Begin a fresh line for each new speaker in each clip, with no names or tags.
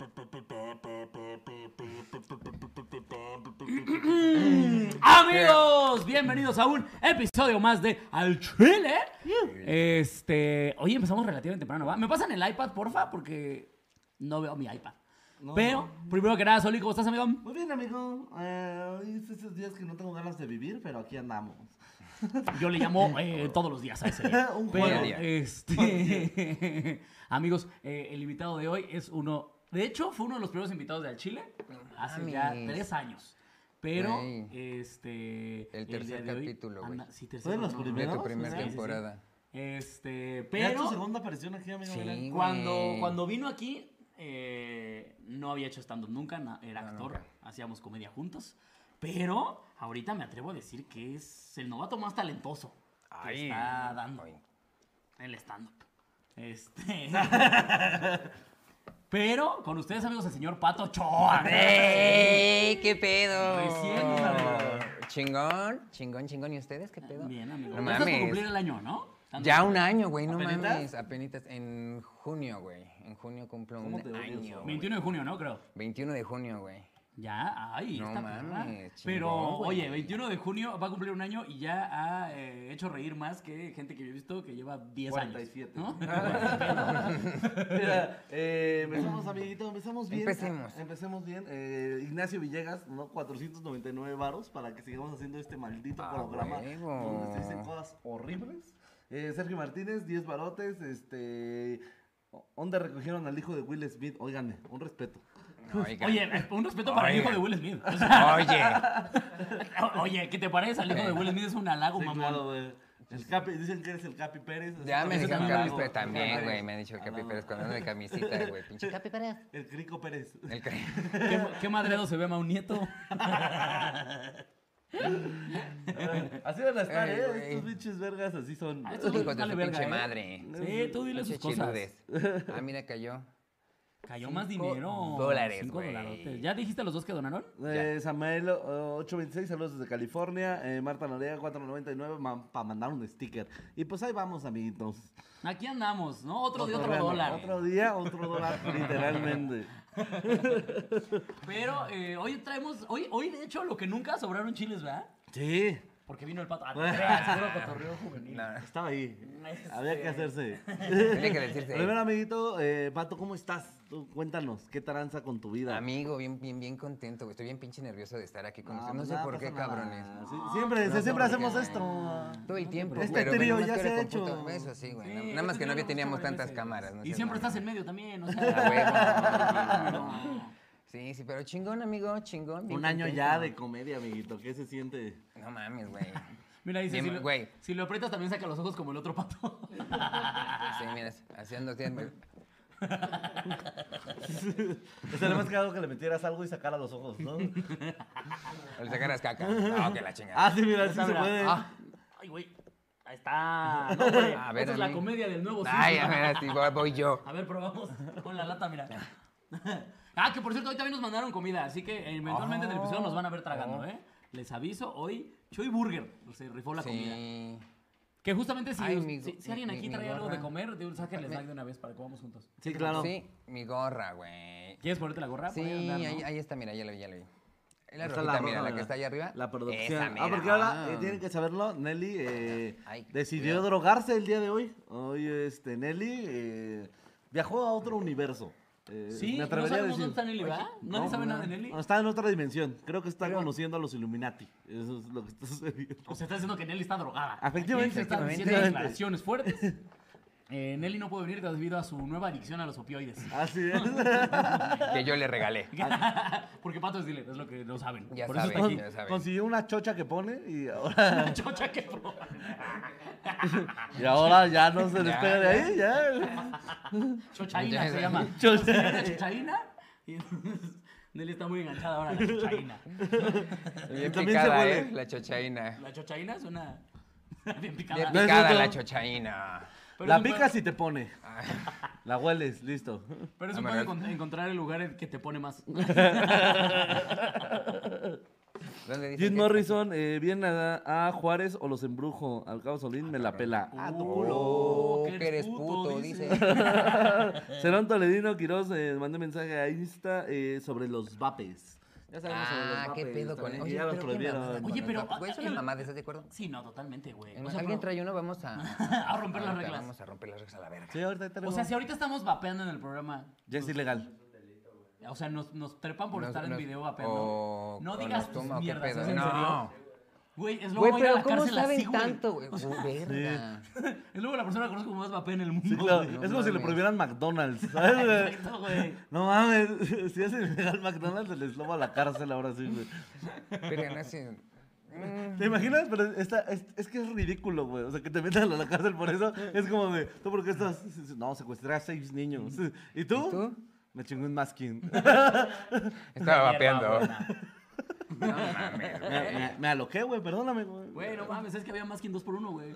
Amigos, bienvenidos a un episodio más de Al Chile. Este, hoy empezamos relativamente temprano, ¿va? ¿Me pasan el iPad, porfa? Porque no veo mi iPad.
No,
Pero, primero que nada, Soli, ¿cómo estás, amigo?
Muy bien, amigo. Eh, hoy es esos días que no tengo ganas de vivir, pero aquí andamos.
Yo le llamo eh, todos los días a ese. día.
Un
Pero,
juego.
este, amigos, eh, el invitado de hoy es uno. De hecho, fue uno de los primeros invitados de Al Chile hace ya
mames.
tres años. Pero,
Güey.
este.
El tercer
día de hoy
capítulo, güey.
anda- Sí, tercero.
Fue de los
no, no, no.
De
primeros.
tu primera
Sí, sí, sí.
temporada.
Este,
Mira,
pero
tu segunda aparición aquí, amigo.
Sí.
mira.
cuando,
güey.
cuando vino aquí, eh, no había hecho stand-up nunca, na- era
No,
actor,
nunca.
hacíamos comedia juntos. Pero ahorita me atrevo a decir que es el novato más talentoso que
Ay.
está dando
Ay.
el stand-up. Este. pero con ustedes, amigos, el señor Pato Choa.
¡Ey! ¿Qué pedo?
Recién, amigo.
Chingón, chingón, chingón. ¿Y ustedes qué pedo?
Bien, amigo.
No
Ya estás por cumplir
mames.
el año, ¿no? Stand-up.
Ya un año, güey, no
¿Apenitas?
mames. Apenitas. En junio, güey. En junio cumplo
¿Cómo
un
te odio,
año.
güey?
güey.
21 de junio, ¿no? Creo.
21 de junio, güey.
Ya, ay,
No
esta perra.
mames, chingón,
Pero,
güey.
oye, 21 de junio va a cumplir un año y ya ha eh, hecho reír más que gente que yo he visto que lleva 10
47.
años. ¿no?
Mira, eh, empezamos, amiguito, empezamos bien.
Empecemos.
Ah, Empecemos bien. Eh, Ignacio Villegas, ¿no? 499 varos para que sigamos haciendo este maldito
Ah,
programa
huevo.
donde se dicen cosas horribles. Eh, Sergio Martínez, 10 barotes, este... ¿Dónde recogieron al hijo de Will Smith? Óiganme, un respeto.
Oiga.
Oye, eh, un respeto para el hijo
Oiga.
de Will Smith. O sea,
Oye.
o- oye, ¿qué te parece? Al hijo de Will Smith es un halago,
Sí,
mamón.
claro, güey. El Capi, dicen que eres el Capi Pérez.
Ya me
Eso
dijeron
también
Capi
lo
hago.
Pérez también,
Capi
güey.
Pérez.
Me han dicho el Capi
Ah,
Pérez con una camisita, güey. Pinche Capi Pérez.
El Crico Pérez.
El cre-
¿Qué, qué madreado se ve a un nieto.
Así van a estar,
Ay,
¿eh?
güey.
Estos bichos vergas así son.
Ah, estos
Hijos de
Dale
su
verga,
pinche
eh.
madre.
Sí, tú dile sus
Pinche
cosas.
chiludes. Ah, mira, cayó.
Cayó más
Cinco
dinero.
dólares,
Cinco
güey.
dolarotes. ¿Ya dijiste los dos que donaron?
Eh, Samael eh, 826, saludos desde California. Eh, Marta Noriega 499 para mandar un sticker. Y pues ahí vamos, amiguitos.
Aquí andamos, ¿no? Otro de otro
Cotorreando.
dólar.
Otro día, otro dólar, literalmente.
Pero eh, hoy traemos, hoy, hoy de hecho lo que nunca sobraron chiles, ¿verdad?
Sí,
Porque vino el pato. Ah, no te creas, puro cotorreo juvenil.
No.
estaba ahí. Había que hacerse.
Tenía que decirse.
Primero, amiguito, eh, Pato, ¿cómo estás? Tú, cuéntanos, ¿qué tranza con tu vida?
Amigo, bien, bien, bien contento, güey. Estoy bien pinche nervioso de estar aquí con
Ah,
ustedes. No
pues
sé
nada,
por qué,
pasa nada.
cabrones.
Sí, siempre,
No sé
siempre
por qué,
hacemos
güey.
esto.
Todo el tiempo.
Este
pero, güey,
trío
nomás
ya
que
se
ahora
ha
con puto-
hecho.
Eso sí, güey.
Sí, este
no-
es
nada más que no
lo
había teníamos
hemos hecho
tantas
varias veces.
cámaras. no
y
seas
siempre
mamón.
estás en medio también, o
Ah,
sea.
huevo.
no.
Sí, sí, pero chingón, amigo, chingón. bien
Un año
contento.
ya de comedia, amiguito. ¿Qué se siente?
No mames, güey.
Mira, dice,
Bien,
si lo,
güey.
si lo aprietas también saca los ojos como el otro pato.
Sí, mira, haciendo tiempo.
Estaría más claro que le metieras algo y sacara los ojos, ¿no?
El sacaras caca. No, que la chingada.
ah, sí, mira, sí se
Mira,
puede.
ah, Ay, güey. Ahí está. No, güey.
A ver,
Esa es
a
la
mí.
comedia del nuevo
Ay,
siglo.
a ver, así voy, voy yo.
A ver, probamos con la lata, mira. Ah, que por cierto, hoy también nos mandaron comida, así que eh, eventualmente en el episodio nos van a ver
Oh.
tragando, ¿eh? Les aviso, hoy Choy Burger se rifó la comida.
Sí.
Que justamente si,
Ay,
us-
mi-
si, si alguien
mi-
aquí
mi
trae algo
gorra.
de comer, de un saque el snack de una vez para que comamos juntos.
Sí, claro.
Sí, mi gorra, güey.
¿Quieres ponerte la gorra?
Sí,
Puede andar, ¿no?
ahí, ahí está, mira, ya la vi, ya la vi. Es La
Esta es
rojita, mira,
roja,
la que está allá arriba.
La producción.
Esa,
ah,
mira.
porque ahora,
Ah.
eh, tienen que saberlo, Nelly eh,
Ay,
decidió
cuidado.
drogarse el día de hoy. Hoy, este, Nelly eh, viajó a otro universo. Eh,
Sí,
me
no
atrevería a
sabemos
decir.
dónde está Nelly, ¿verdad? Nadie sabe nada de Nelly.
No, Ah, está en otra dimensión. Creo que está
Pero-
conociendo a los Illuminati. Eso es lo que está sucediendo.
O sea, Pues está diciendo que Nelly está drogada.
Ah, Efectivamente,
Aquí se están
efectivamente.
diciendo declaraciones fuertes. Eh, Nelly no puede venir debido a su nueva adicción a los opioides.
Así es.
Que yo le regalé.
Porque Pato es dealer, es lo que no saben.
Ya
por eso
saben,
está aquí.
ya saben.
Consiguió una chocha que pone y ahora,
La chocha que droga.
y ahora ya no se
Ya,
despega de ahí, ya.
Chochaína
Ya,
se
ya.
llama.
Chocha-
Chochaína. Chochaína. Y entonces Nelly está muy enganchada ahora a la chochaína.
Bien
También se
picada,
huele.
¿eh? La chochaína.
La chochaína es una. Bien
Bien
picada.
No es
picada
otro.
la chochaína.
Pero
la
es un
picas
pedo-
y te pone. La hueles, listo.
Pero eso
Ah,
puede
¿verdad?
encontrar el lugar en que te pone más.
¿Dónde dice
Jim
que-
Morrison eh, viene a, a Juárez o los embrujo. Al cabo Solín me la pela. Ah, tu
Oh, que eres puto, dice.
Cerón Toledino Quiroz eh, mandó mensaje a Insta eh, sobre los vapes. Ya
Ah, qué pedo con
también,
eso.
que Ya los prohibieron.
Oye, pero-
Güey, es una
el-
mamada, ¿estás de acuerdo?
Sí, no, totalmente, güey.
Es
O
más,
sea,
alguien
pero-
trae uno, vamos a...
A romper las
ahorita
reglas.
Vamos a romper las reglas a la verga.
Sí, ahorita traigo.
o sea, si ahorita estamos vapeando en el programa,
Ya es ilegal.
o sea, nos, nos trepan por
Nos-
estar en
nos-
video vapeando.
o-
no
o
digas
nos
tus
toma, ¿o qué
mierdas,
pedo?
¿es en
No.
serio? Güey, es
Güey,
luego ir a
pero
la
¿cómo
cárcel
saben
así, güey.
tanto, güey? Güey, verga.
Es luego la persona que conozco con más vapea en el mundo.
Sí, claro.
güey.
es como si le
mames.
prohibieran McDonald's. ¿sabes?
Exacto, güey.
No mames, si es ilegal McDonald's, se les loba a la cárcel ahora sí, güey.
Verga, no sé. Mm,
¿Te imaginas? Pero esta- es, es que es ridículo, güey. O sea, que te metan a la cárcel por eso. Es como de, ¿tú por qué estás? No, secuestré a seis niños. ¿Y tú?
¿Y tú?
Me chingó un masking.
Estaba
Mierda,
vapeando.
buena.
No mames,
me,
güey.
me- me aloqué, güey, perdóname, güey.
Güey, no mames, es que había más que en dos por uno, güey.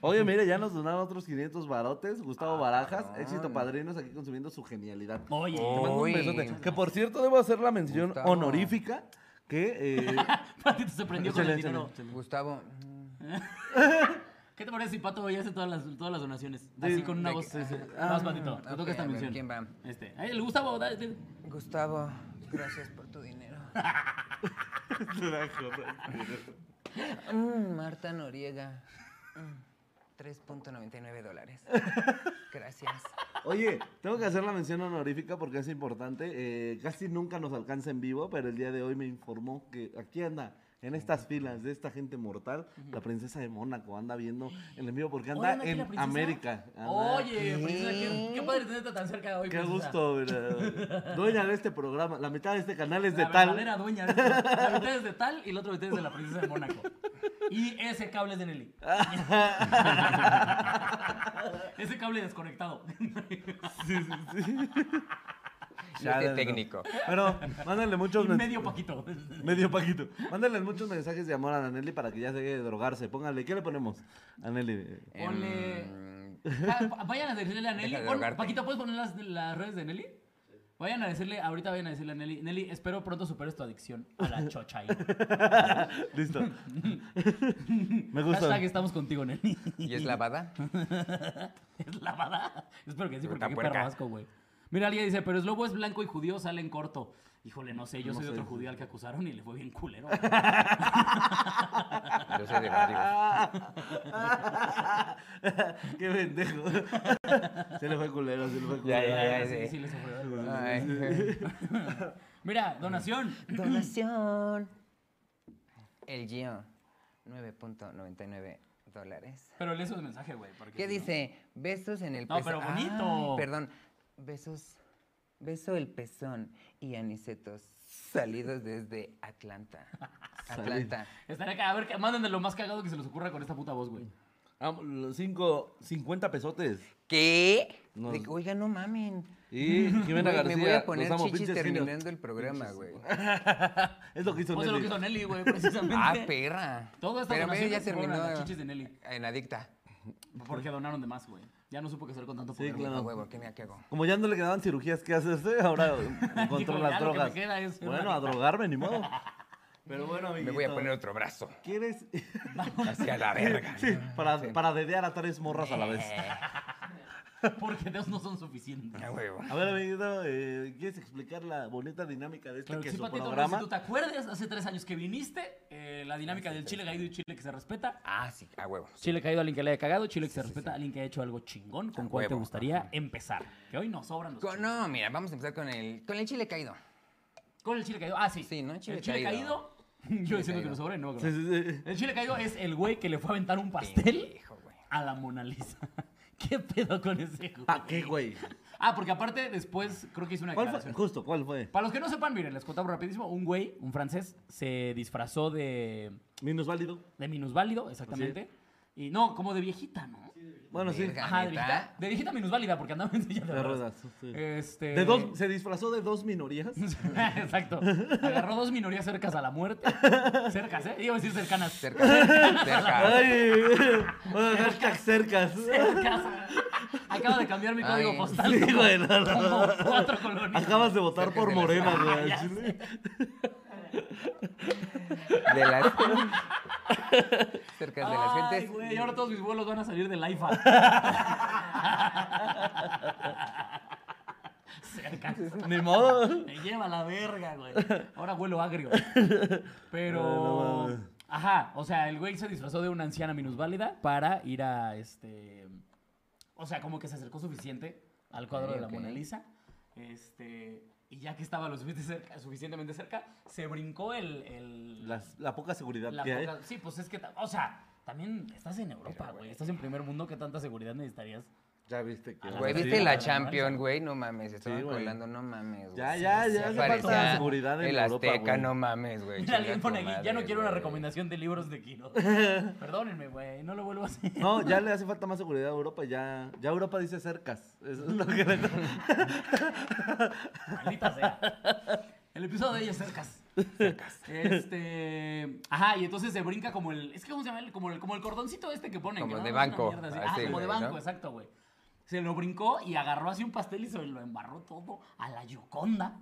Oye, mira, ya nos donaron otros 500 barotes. Gustavo Barajas,
cabrón.
éxito padrinos, aquí consumiendo su genialidad.
Oye,
Te mando un
Uy.
besote. Que por cierto, debo hacer la mención
Gustavo.
honorífica que. eh,
Patito se prendió con el
Échale,
dinero.
échale, échale.
Gustavo. mm,
¿Qué te parece si Pato hoy hace todas las, todas las donaciones?
Sí,
Así con una
de
voz.
que- sí, sí.
Vas, Patito, te
ok,
toca esta
a ver,
mención.
¿quién va?
Este. Ay, le gusta votar.
Gustavo, gracias por tu dinero. Mm, Marta Noriega. mm, 3.99 dólares. Gracias.
Oye, tengo que hacer la mención honorífica porque es importante. Eh, casi nunca nos alcanza en vivo, pero el día de hoy me informó que aquí anda, en estas filas de esta gente mortal, la princesa de Mónaco anda viendo el en vivo porque anda
Órale, ¿aquí la
en
princesa?
América. Anda-
Oye,
¿Qué?
princesa, qué, qué padre tenerte tan cerca hoy.
Qué
princesa.
gusto, mira. Dueña de este programa. La mitad de este canal es de
la verdadera
tal.
dueña. de esto. La mitad es de tal y la otra mitad es de la princesa de Mónaco. Y ese cable es de Nelly. ese cable desconectado.
Y
Ya,
este
no.
técnico.
Pero mándale muchos
Y
mens-
medio paquito.
Medio paquito. Mándale muchos mensajes de amor a Nelly para que ya deje de drogarse. Póngale, ¿qué le ponemos? A Nelly.
Ponle-
Em,
Ah, pa- vayan a decirle a Nelly.
Deja de
pon-
drogarte.
Paquito, ¿puedes poner las, las redes de Nelly? Vayan a decirle, ahorita vayan a decirle a Nelly, Nelly, espero pronto superes tu adicción a la chochaína.
Listo. Me gusta.
Hashtag estamos contigo, Nelly.
¿Y es lavada?
¿Es lavada? Espero que sí, porque
Está
qué
puerca.
perro asco, güey. Mira, alguien dice, pero Slobo es blanco y judío salen corto. Híjole, no sé, yo
No
soy
sé.
otro judío al que acusaron y le fue bien culero. güey.
Yo soy de varios.
Qué pendejo. Se le fue culero, se le fue culero.
Ya, ya, ya,
Sí, sí,
sí.
le sufrió algo.
Ay.
Mira, donación.
Donación. El Gio, 9.99 dólares.
Pero lee su mensaje, güey. porque
¿Qué
si no-
dice? Besos en el
No,
pezón.
pero
Ay,
bonito.
perdón. Besos. Beso el pezón y anicetos salidos desde Atlanta. Atlanta.
Estaría acá, a ver, que- mándenle lo más cagado que se les ocurra con esta puta voz, güey.
Ah, los cinco, 50 pesotes.
¿Qué?
No.
De que, Oiga, no mamen.
Y Jimena
Güey,
García.
me voy a
los
poner
amo,
chichis
pinches genios.
terminando el programa, güey.
Es lo que hizo
O sea, Pues, lo
Nelly.
que hizo Nelly, güey, precisamente.
Ah, perra.
Todo esto
Pero
donación
ya
se fueron a
terminó.
las chichis de Nelly.
En adicta.
Porque donaron de más, güey. Ya no supo qué hacer con tanto
Sí,
poder. güey.
claro.
Ah, huevo, ¿qué me qué hago?
Como ya no le quedaban cirugías que hacerse, ahora encontró
Dijo, ya
las
lo que
drogas.
me queda es ser
bueno,
una
a drogarme, ni modo. Pero bueno,
Me
amiguito.
voy a poner otro brazo.
¿Quieres?
Hacia la verga. Eh,
sí, para, para dedear a tres morras a la vez.
Porque dos no son suficientes.
A huevo.
A ver, amiguito, eh, ¿quieres explicar la bonita dinámica de este
Claro que
que es
sí,
su
Patito, no sé
programa?
si tú te acuerdas, hace tres años que viniste, eh, la dinámica del chile caído y chile que se respeta.
Ah, sí, a huevo.
Chile caído, alguien que le haya cagado, chile que se respeta, alguien que haya hecho algo chingón, ¿con cuál te
huevo.
gustaría empezar? Que hoy nos sobran los
Con-
chiles.
no, mira, vamos a empezar con el, con el chile caído.
Con el chile caído, ah, sí.
Sí, ¿no?
El
Chile
chile caído,
caído.
yo diciendo que
caído.
nos sobra y no me
Sí,
acuerdo.
sí, sí.
El chile caído es el güey que le fue a aventar un pastel
Hijo, güey.
a la Mona Lisa. ¿Qué pedo con ese güey?
¿Pa' qué, güey?
Ah, porque aparte después creo que hizo una
¿Cuál fue?
declaración.
Justo, ¿cuál fue?
Para los que no sepan, miren, les contamos rapidísimo. Un güey, un francés, se disfrazó de,
Minus válido.
de minusválido, exactamente. Y no, como de viejita, ¿no? Sí, de viejita.
Bueno, sí.
Verga.
Ajá, de
¿Neta?
viejita, de viejita minusválida, porque andaba en silla de
De
ruedas.
ruedas, sí.
Este...
De dos, se disfrazó de dos minorías.
Exacto. Agarró dos minorías cercas a la muerte. Cercas, ¿eh? Iba a decir cercanas.
Cerca. cerca.
Ay, bueno, cercas, cercas.
Cercas. Acabo de cambiar mi código
Ay,
postal.
sí,
como-
güey, no, no,
como
no.
cuatro colonias.
Acabas de votar por
de la
Morena,
Ah,
güey.
ya
al chile.
De las. cerca de las
Ay,
gentes.
güey, ahora todos mis vuelos van a salir del IFA. Cercas.
Ni modo.
Me lleva la verga, güey. Ahora vuelo agrio.
No, no
Pero.
mames.
ajá, o sea, el güey se disfrazó de una anciana minusválida para ir a este. O sea, como que se acercó suficiente al cuadro
Ok,
de la
ok.
Mona Lisa. Este. Y ya que estaba lo suficiente cerca- suficientemente cerca, se brincó el. el-
Las- la poca seguridad
la
que hay.
poca- Sí, pues es que. ta- O sea, también estás en Europa, güey. Estás en primer mundo. ¿Qué tanta seguridad necesitarías?
Ya viste que.
A la
Güey,
Sí,
¿viste la
la
Champions,
vergüenza.
güey? No mames, estaban
güey.
colando, no mames, güey.
Ya, ya, ya
se
hace
falta
parecía
seguridad en
El
Europa,
Azteca,
güey.
no mames, güey.
Mira, alguien
chinga tu
pone aquí, ya no
madre,
quiero una
güey".
recomendación de libros de Kiro. Perdónenme, güey, no lo vuelvo a hacer.
No, ya le hace falta más seguridad a Europa. Ya, ya Europa dice cercas. Eso es lo que le-
Maldita sea. El episodio de ellos cercas. Cercas. Este. Ajá, y entonces se brinca como el. Es que ¿cómo se llama? El- Como el, como el cordoncito este que ponen.
Como
que
de
nada más
banco,
es una
así,
mierda Ah, como de
güey,
banco,
¿no?
exacto, güey. Se lo brincó y agarró así un pastel y se lo embarró todo a la Yoconda.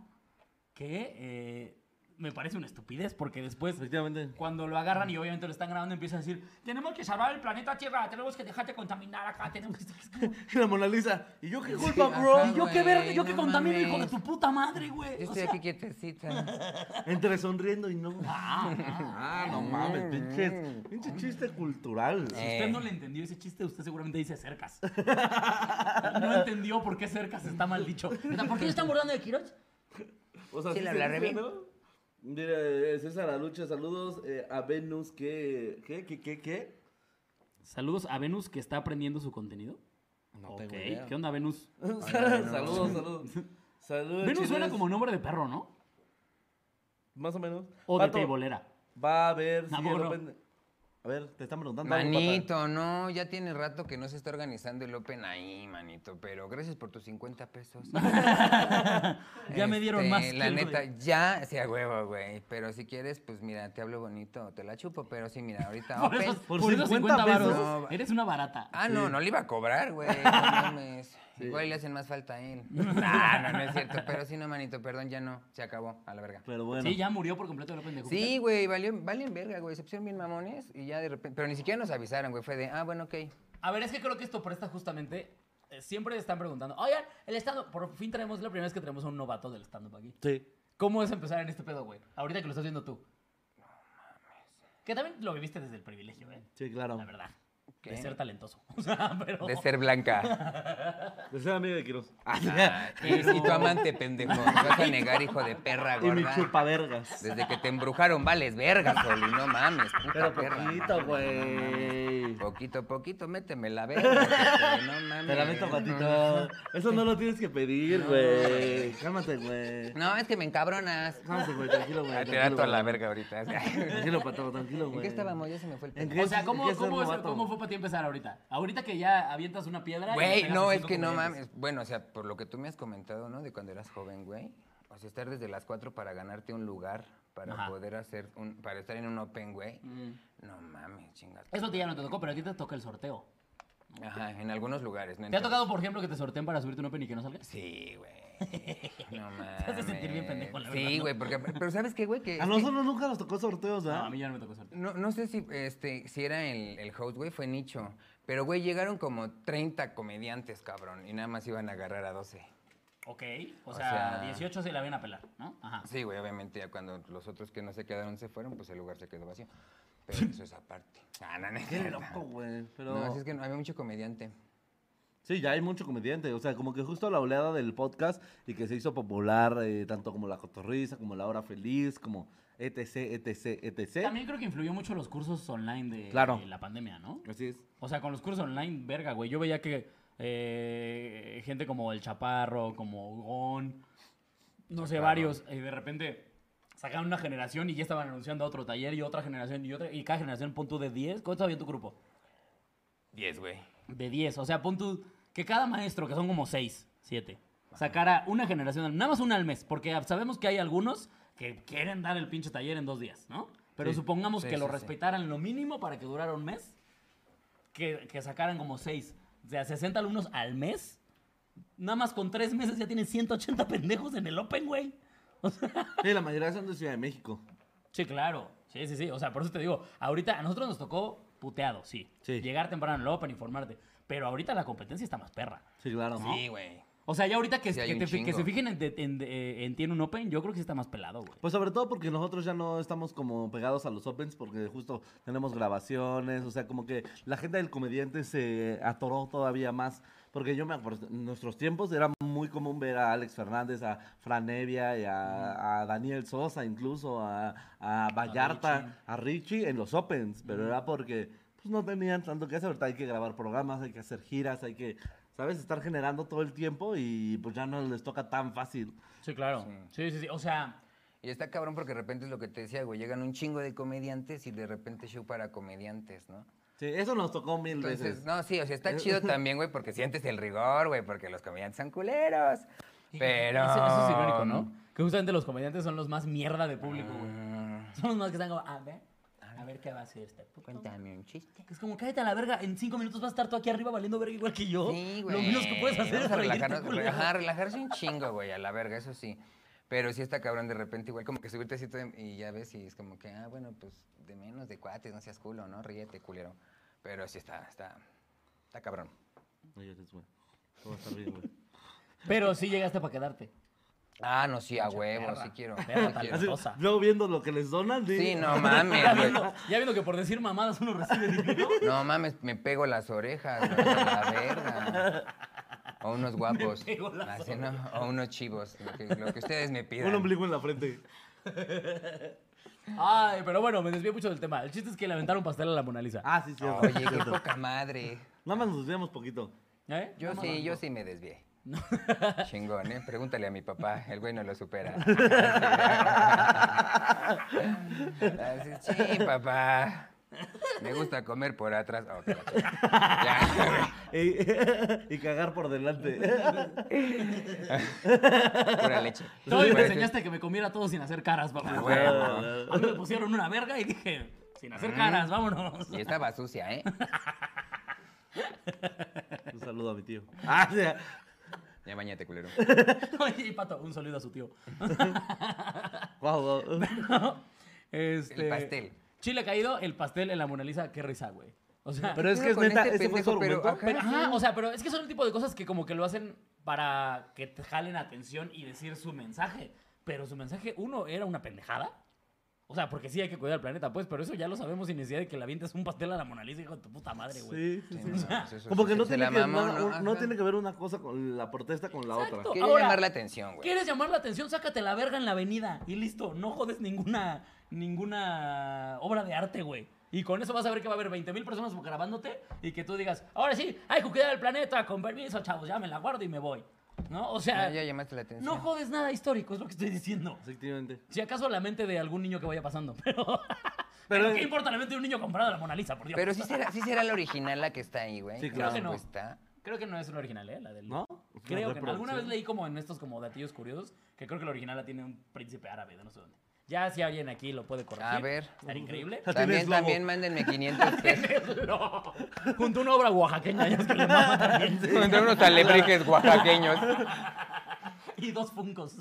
Que eh, me parece una estupidez porque después.
Efectivamente.
Cuando lo agarran y obviamente lo están grabando, empieza a decir: Tenemos que salvar el planeta Tierra, tenemos que dejarte contaminar acá, tenemos que.
La Mona Lisa. ¿Y yo qué
Sí,
culpa,
ajá,
bro?
Y yo qué
güey,
verga, yo
no
que contamino, hijo de
mames.
tu puta madre, güey.
Yo
O
estoy
sea,
aquí quietecita.
Entre sonriendo y no.
ah, ah.
Ah, no mames, pinche,
Mm.
pinche chiste cultural.
Si
Eh.
usted no le entendió ese chiste, usted seguramente dice cercas. No entendió por qué cercas está mal dicho. O sea, ¿Por qué están burlando de Quiroz?
O sea,
Sí, le
se
hablaré
dice,
bien.
¿no? Mira, eh, César Alucha, saludos eh, a Venus, que... ¿Qué? ¿Qué? ¿Qué? ¿Qué?
Saludos a Venus que está aprendiendo su contenido.
No
Ok, ¿qué onda, Venus?
saludos, saludos. Saludos.
Venus suena
chiles.
como nombre de perro, ¿no?
Más o menos.
O de
Pato,
teibolera.
Va a ver si
¿A
de
poco no?
repente- A ver, te están preguntando algo, Pata.
Manito, no, ya tiene rato que no se está organizando el Open ahí, manito, pero gracias por tus 50 pesos.
Ya me dieron
Este,
más que
La
el
neta,
de-
ya, sí, a huevo, güey, pero si quieres, pues mira, te hablo bonito, te la chupo, pero sí, mira, ahorita
Por
Open...
esos,
Por
por esos
50
50 varos.
pesos.
Eres una barata.
Ah, no, no le iba a cobrar, güey. No mames. Igual le hacen más falta a él. Nah, no, no es cierto. Pero sí, no, manito, perdón, ya no. Se acabó, a la verga.
Pero bueno.
Sí, ya murió por completo el Open de Júpiter.
Sí, güey, valió- valen verga, güey. Se pusieron bien mamones y ya de repente. Pero ni siquiera nos avisaron, güey. Fue de, ah, bueno, ok.
A ver, es que creo que esto presta justamente. eh, Siempre están preguntando, oigan, el stand-up, por fin traemos, es la primera vez que traemos a un novato del stand-up aquí.
Sí.
¿Cómo es empezar en este pedo, güey? Ahorita que lo estás viendo tú. No mames. Que también lo viviste desde el privilegio, ¿eh?
Sí, claro.
La verdad.
¿Qué?
De ser talentoso. O sea, pero.
De ser blanca.
De ser amigo de Quiroz.
Ah, Pero-
Y, y tu amante, pendejo. Me vas a negar, hijo de perra,
y mi
gorda.
chupavergas.
Desde que te embrujaron, vales verga, Soli. No mames, puta
Pero
perra.
poquito, güey.
Poquito, poquito, méteme la verga. porque No mames.
Te lamento, patito. Eso no lo tienes que pedir, güey. Cálmate, güey.
No, es que me encabronas.
Cálmate, güey. Tranquilo, güey.
Ah, Te da
tranquilo,
toda la
güey.
verga ahorita.
Tranquilo, pato, tranquilo, güey.
¿En qué estábamos? Ya se me fue el
¿En
pedo.
qué-
O sea, ¿cómo,
qué ser
cómo, es-
novato?
cómo fue para ti empezar ahorita? Ahorita que ya avientas una piedra. y le
Güey,
pegas
no,
a
es
cinco
que no
comediantes.
mames. Bueno, o sea, por lo que tú me has comentado, ¿no? De cuando eras joven, güey. O sea, estar desde las 4 para ganarte un lugar, para
Ajá. Mm.
poder hacer, un, para estar en un open, güey. No mames, chingada.
Eso a ti ya no te tocó, pero a ti te toca el sorteo.
Ajá, en algunos lugares, ¿no?
¿Te ha
Entonces-
tocado, por ejemplo, que te sorteen para subirte un open y que no salgas?
Sí, güey. No mames.
hace sentir bien pendejo, la verdad,
Sí,
¿no?
güey, porque... Pero ¿sabes qué, güey? Que es
A
que-
nosotros nunca nos tocó sorteos,
¿Ah?
No,
¿eh?
a
¿verdad?
mí ya no me tocó sorteo.
No, no sé si, este, si era el, el host, güey, fue Nicho. Pero, güey, llegaron como 30 comediantes, cabrón, y nada más iban a agarrar a 12.
Ok, o,
O
sea,
sea-
18 se la ven a pelar, ¿no? Ajá.
Sí, güey, obviamente ya cuando los otros que no se quedaron se fueron, pues el lugar se quedó vacío. Pero eso es aparte. Ah, no, no es
Qué
cierto.
loco, güey. Pero...
No, así es que no, había mucho comediante.
Sí, ya hay mucho comediante. O sea, como que justo la oleada del podcast y que se hizo popular, eh, tanto como La Cotorrisa, como La Hora Feliz, como etc, etc, etc.
También creo que influyó mucho los cursos online de,
Claro.
de la pandemia, ¿no?
Así es.
O sea, con los cursos online, verga, güey. Yo veía que eh, gente como El Chaparro, como Gon, no sé, varios, eh, de repente sacaban una generación y ya estaban anunciando otro taller y otra generación y otra. Y cada generación, pon tú de 10. ¿Cuánto había en tu grupo?
10, güey.
de 10. O sea, pon tú que cada maestro, que son como 6, 7, sacara una generación, al- nada más una al mes, porque sabemos que hay algunos que quieren dar el pinche taller en dos días, ¿no? Pero
Sí.
supongamos
Sí,
que
sí,
lo
sí.
respetaran lo mínimo para que durara un mes, que, que sacaran como 6. O sea, 60 alumnos al mes. Nada más con tres meses ya tienen 180 pendejos en el Open, güey. O sea,
Sí, la mayoría son de Ciudad de México.
Sí, claro. Sí, sí, sí. O sea, por eso te digo, ahorita a nosotros nos tocó puteado, sí.
Sí.
Llegar temprano al Open, informarte. Pero ahorita la competencia está más perra.
Sí, claro.
Sí, güey.
O sea, ya ahorita que,
Sí, hay
que
un
te fi- que
chingo.
se fijen en, de- en- de- en ti en un Open, yo creo que sí está más pelado, güey.
Pues sobre todo porque nosotros ya no estamos como pegados a los opens porque justo tenemos grabaciones, o sea, como que la gente del comediante se atoró todavía más. Porque yo me acuerdo, en nuestros tiempos era muy común ver a Alex Fernández, a Fran Evia y a, a Daniel Sosa, incluso a, a Vallarta, a Richie en los opens. Pero era porque pues, no tenían tanto que hacer. Ahorita hay que grabar programas, hay que hacer giras, hay que, ¿sabes? Estar generando todo el tiempo y pues ya no les toca tan fácil.
Sí, claro. Sí, sí, sí. O sea,
Y está cabrón porque de repente es lo que te decía, güey. Llegan un chingo de comediantes y de repente show para comediantes, ¿no?
Sí, eso nos tocó mil
Entonces,
veces.
no, sí, o sea,
Eh,
está chido también, güey, porque sientes el rigor, güey, porque los comediantes son culeros. Pero.
eso, eso es irónico, ¿no? Que justamente los comediantes son los más mierda de público, güey.
Ah.
Son los más que están como, a ver, a ver qué va a hacer este puto.
Cuéntame un chiste.
Es como, cállate a la verga, en cinco minutos vas a estar tú aquí arriba valiendo verga igual que yo.
Sí, güey.
Oh, Lo menos que puedes hacer
Vamos
es
a
reírte,
relajarnos,
culero.
relajar- relajarse un chingo, güey, a la verga, eso sí. Pero sí está cabrón de repente, igual como que subirte así todo y ya ves y es como que, ah, bueno, pues de menos de cuates, no seas culo, ¿no? Ríete, culero. Pero sí está, está, está cabrón.
No llores, güey. Todo va a estar bien, güey.
Pero sí llegaste para quedarte.
Ah, no, sí, a huevo,
perra.
sí quiero.
Perra
sí, quiero.
Así,
Cosa.
luego viendo lo que les donan, sí.
Sí, no mames,
Ya
güey.
viendo, ya viendo que por decir mamadas uno recibe dinero.
No mames, me pego las orejas, güey, a la verga. O unos guapos.
pego las
Así, ¿no? O unos chivos, lo que, lo que ustedes me
Un
pidan.
ombligo en la frente.
Ay, pero bueno, me desvié mucho del tema. El chiste es que le aventaron pastel a la Mona Lisa.
Ah, sí, sí.
Oye, qué poca madre.
Nada más nos vemos poquito.
¿Eh?
Yo sí, yo sí me desvié. Chingón, ¿eh? Pregúntale a mi papá, el güey no lo supera. Así, sí, papá. Me gusta comer por atrás. Oh, qué la chingada. Ya, güey.
Y, y cagar por delante.
Pura leche.
Todavía me
Pura leche.
enseñaste que me comiera todo sin hacer caras,
Ah,
papá.
Huevo.
A mí me pusieron una verga y dije, sin hacer caras, vámonos.
Y estaba sucia, ¿eh?
Un saludo a mi tío. Ah, sí.
Ya bañate, culero.
Oye, y pato, un saludo a su tío.
Guau, guau.
Este,
El pastel.
Chile caído, el pastel en la Mona Lisa, qué risa, güey. O sea,
Pero es
Pero
que es
con
neta,
este
ese fue su
pendejo, pero
argumento.
ajá.
Pero, ajá, o sea, pero es que son el tipo de cosas que como que lo hacen para que te jalen atención y decir su mensaje. Pero su mensaje, uno, era una pendejada. O sea, porque sí hay que cuidar el planeta, pues, pero eso ya lo sabemos sin necesidad de que le avientes un pastel a la Mona Lisa, hijo de tu puta madre, güey.
Sí, sí,
Sí,
sí.
no, pues eso
Como
sí,
que no
se
tiene
la
que,
mamó,
no- no- no
Ajá.
tiene que ver una cosa con la protesta con la
Exacto.
otra.
Quiere
Ahora,
llamar la atención, güey.
¿Quieres llamar la atención? Sácate la verga en la avenida y listo. No jodes ninguna, ninguna obra de arte, güey. Y con eso vas a ver que va a haber 20.000 personas grabándote y que tú digas, ahora sí, hay que cuidar el planeta, con permiso, chavos, ya me la guardo y me voy. ¿No? O sea,
Ya, ya llamaste la atención.
No jodes nada histórico, es lo que estoy diciendo.
Efectivamente.
Si acaso la mente de algún niño que vaya pasando, pero...
Pero-
Pero, ¿qué importa la mente de un niño comprado a la Mona Lisa, por Dios?
Pero sí será, sí será la original la que está ahí, güey. pues
Sí,
La
claro.
Creo que no.
respuesta.
Creo que no es la original, ¿eh? La del...
¿No?
Creo
Una
que no. Alguna
reproducción.
vez leí como en estos como datillos curiosos que creo que la original la tiene un príncipe árabe, de no sé dónde. Ya si alguien aquí lo puede corregir.
A ver.
Estaría increíble.
La tienes
También,
lobo.
también mándenme 500 pesos.
No. Junto a una obra oaxaqueña, ya es que le mama también.
Encontré unos alebrijes oaxaqueños.
Y dos funcos.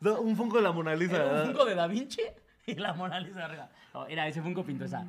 No, un funko de la Mona Lisa.
Era un
¿verdad?
funco de Da Vinci y la Mona Lisa arriba. No, era ese funco pintó esa.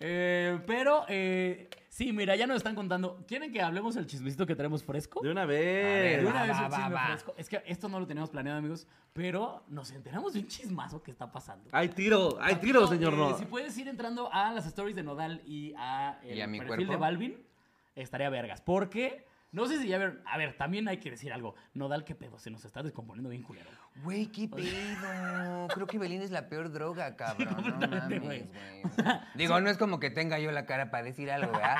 Eh, pero, eh, sí, mira, ya nos están contando. ¿Quieren que hablemos del chismecito que traemos fresco?
De una
De
vez.
una
va,
vez
va,
el
va,
chisme
va.
fresco. Es que esto no lo teníamos planeado, amigos, pero nos enteramos de un chismazo que está pasando.
Hay tiro, hay tiro,
Papito,
señor
eh,
No.
Si puedes ir entrando a las stories de Nodal y a el
¿Y a mi
perfil
cuerpo?
de Balvin, estaría vergas. Porque, no sé si ya vieron. A ver, también hay que decir algo. Nodal, qué pedo, se nos está descomponiendo bien culero.
Güey, qué pedo. Creo que Belín es la peor droga, cabrón. no
completamente,
mames,
güey.
güey. Digo, no es como que tenga yo la cara para decir algo, ¿verdad?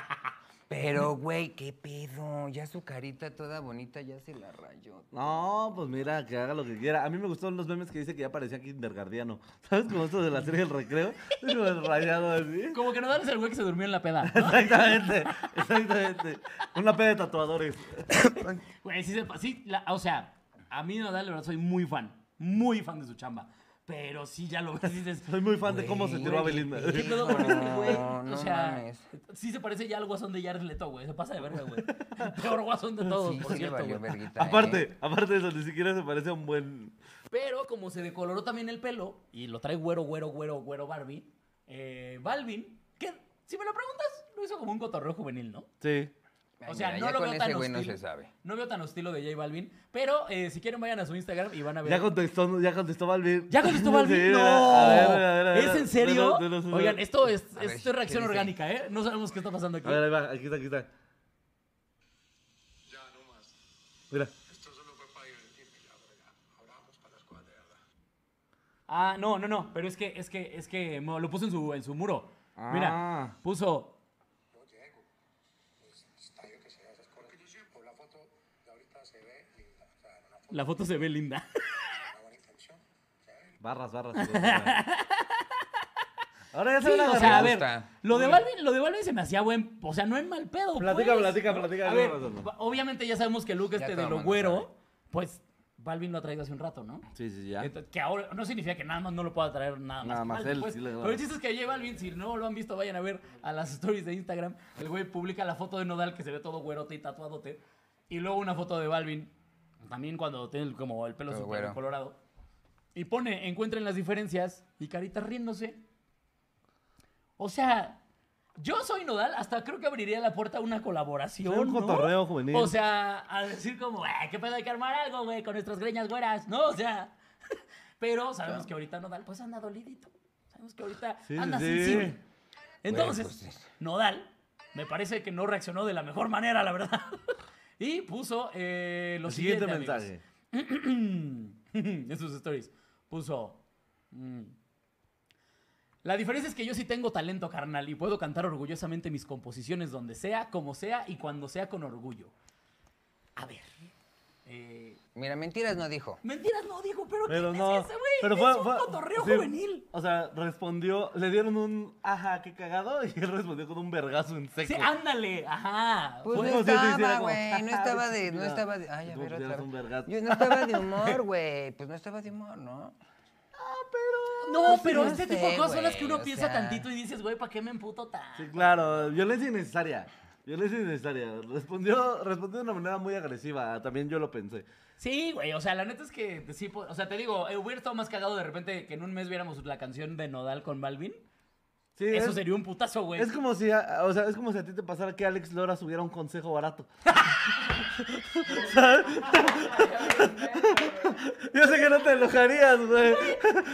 Pero, güey, qué pedo. Ya su carita toda bonita ya se la rayó.
No, pues mira, que haga lo que quiera. A mí me gustaron los memes que dice que ya parecía kindergardiano. ¿Sabes? Como esto de la serie El Recreo. el rayado así.
Como que no darles el güey que se durmió en la peda. ¿no?
Exactamente, exactamente. Una peda de tatuadores.
Güey, sí, se pa- sí, la- o sea, a mí Nodal, la verdad, soy muy fan. Muy fan de su chamba. Pero sí, ya lo ves y dices...
Soy muy fan de cómo se
Güey,
tiró a
güey,
Belinda.
qué
¿Qué
Sí,
pedo con
no,
este güey?
no
o sea,
mames.
sí se parece ya al guasón de Jared Leto, güey. Se pasa de verga, güey. Peor guasón de todos,
Sí,
por
sí le
cierto,
valió
güey.
verguita. ¿eh?
Aparte, aparte de eso, ni siquiera se parece a un buen.
Pero como se decoloró también el pelo y lo trae güero, güero, güero, güero Barbie, eh, Balvin, que si me lo preguntas, lo hizo como un cotorreo juvenil, ¿no?
Sí.
Ay,
O sea,
mira,
no
ya
lo
con
veo tan
ese güey no
hostil.
se sabe.
No veo tan hostil lo de J Balvin, pero eh, si quieren vayan a su Instagram y van a ver.
Ya contestó, ya contestó Balvin.
¿Ya contestó Balvin?
Sí,
¡No!
a ver, a ver, a ver, a ver.
¿Es en serio?
No, no, no, no.
Oigan, esto es,
A ver,
esto es reacción
¿qué dice?
orgánica, ¿eh? No sabemos qué está pasando aquí.
A ver, ahí va, aquí está, aquí está.
Ya, no más.
Mira.
Esto solo fue para divertirme, ya, verga. Ahora vamos para las cosas de verdad.
Ah, no, no, no, pero es que, es que, es que mo- lo puso en su, en su muro.
Ah.
Mira, puso,
Yo llego. Pues, está yo que se vea esas cosas. Porque yo siempre... Por la foto de ahorita se ve linda. O sea, era una foto
la foto se ve linda.
con una buena intención. ¿sabes?
Barras, barras. Ahora ya se
Sí,
van a
o
agarrar.
sea, a
Me
ver,
gusta.
lo de, Balvin, lo de Balvin se me hacía buen, o sea, no en mal pedo.
Platica,
pues.
platica, platica,
A
¿qué
ver,
pasó, no?
ba- obviamente ya sabemos que el look
Ya
este
todo
de
el
lo
mundo sabe.
güero, pues Balvin lo ha traído hace un rato, ¿no?
Sí, sí, ya.
Entonces, que ahora no significa que nada más no lo pueda traer nada más.
Nada
que
más
Balvin,
él,
pues.
sí le-
Pero el chiste es que J Balvin, si no lo han visto, vayan a ver a las stories de Instagram. El güey publica la foto de Nodal que se ve todo güerote y tatuadote. Y luego una foto de Balvin, también cuando tiene el- como el pelo
Todo
súper
güero.
colorado. Y pone, encuentren las diferencias y caritas riéndose. O sea, yo soy Nodal, hasta creo que abriría la puerta a una colaboración.
Sí, un
¿no?
cotorreo juvenil.
O sea, a decir como, "Ah, ¿qué pedo hay que armar algo, güey? Con nuestras greñas güeras, ¿no? O sea, pero sabemos que ahorita Nodal, pues anda dolidito. Sabemos que ahorita
Sí,
anda
sí,
sin
sí.
cine. Entonces,
Güey, pues, sí.
Nodal, me parece que no reaccionó de la mejor manera, la verdad. y puso eh, lo
El siguiente,
siguiente amigos.
mensaje.
en sus stories. Puso. mm, La diferencia es que yo sí tengo talento, carnal, y puedo cantar orgullosamente mis composiciones donde sea, como sea y cuando sea con orgullo. A ver. eh,
Mira, mentiras no dijo.
mentiras no dijo, pero,
Pero
¿quién
no.
es ese, güey?
pero
Es
fue,
un
fue-
cotorreo
sí,
juvenil.
O sea, respondió, le dieron un ajá, qué cagado, y él respondió con un vergazo en seco.
Sí, ah, ándale, ajá.
Pues
Fue
no
como si él te
estaba,
hiciera como, ah,
güey. No estaba de. No
mira,
estaba de. Ay,
y
a
tú
ver,
pusieras
otra
un
vez.
vergazo.
Yo no estaba de humor, güey. Pues no estaba de humor, ¿no?
no,
sí,
pero
no
este
sé,
tipo de cosas son las que
güey,
uno
o
piensa
sea.
tantito y dices, güey, ¿para qué me emputo tan?
Sí, claro, violencia innecesaria. Violencia innecesaria. Respondió, respondió de una manera muy agresiva. También yo lo pensé.
Sí, güey, o sea, la neta es que sí, po- o sea, te digo, eh, hubiera estado más cagado de repente que en un mes viéramos la canción de Nodal con Balvin.
Sí,
Eso
es,
sería un putazo, güey.
Pues,
es como si, a- o sea, es como si a ti te pasara que Alex Lora subiera un consejo barato. ¿Sabes? yo sé que no te enojarías, güey.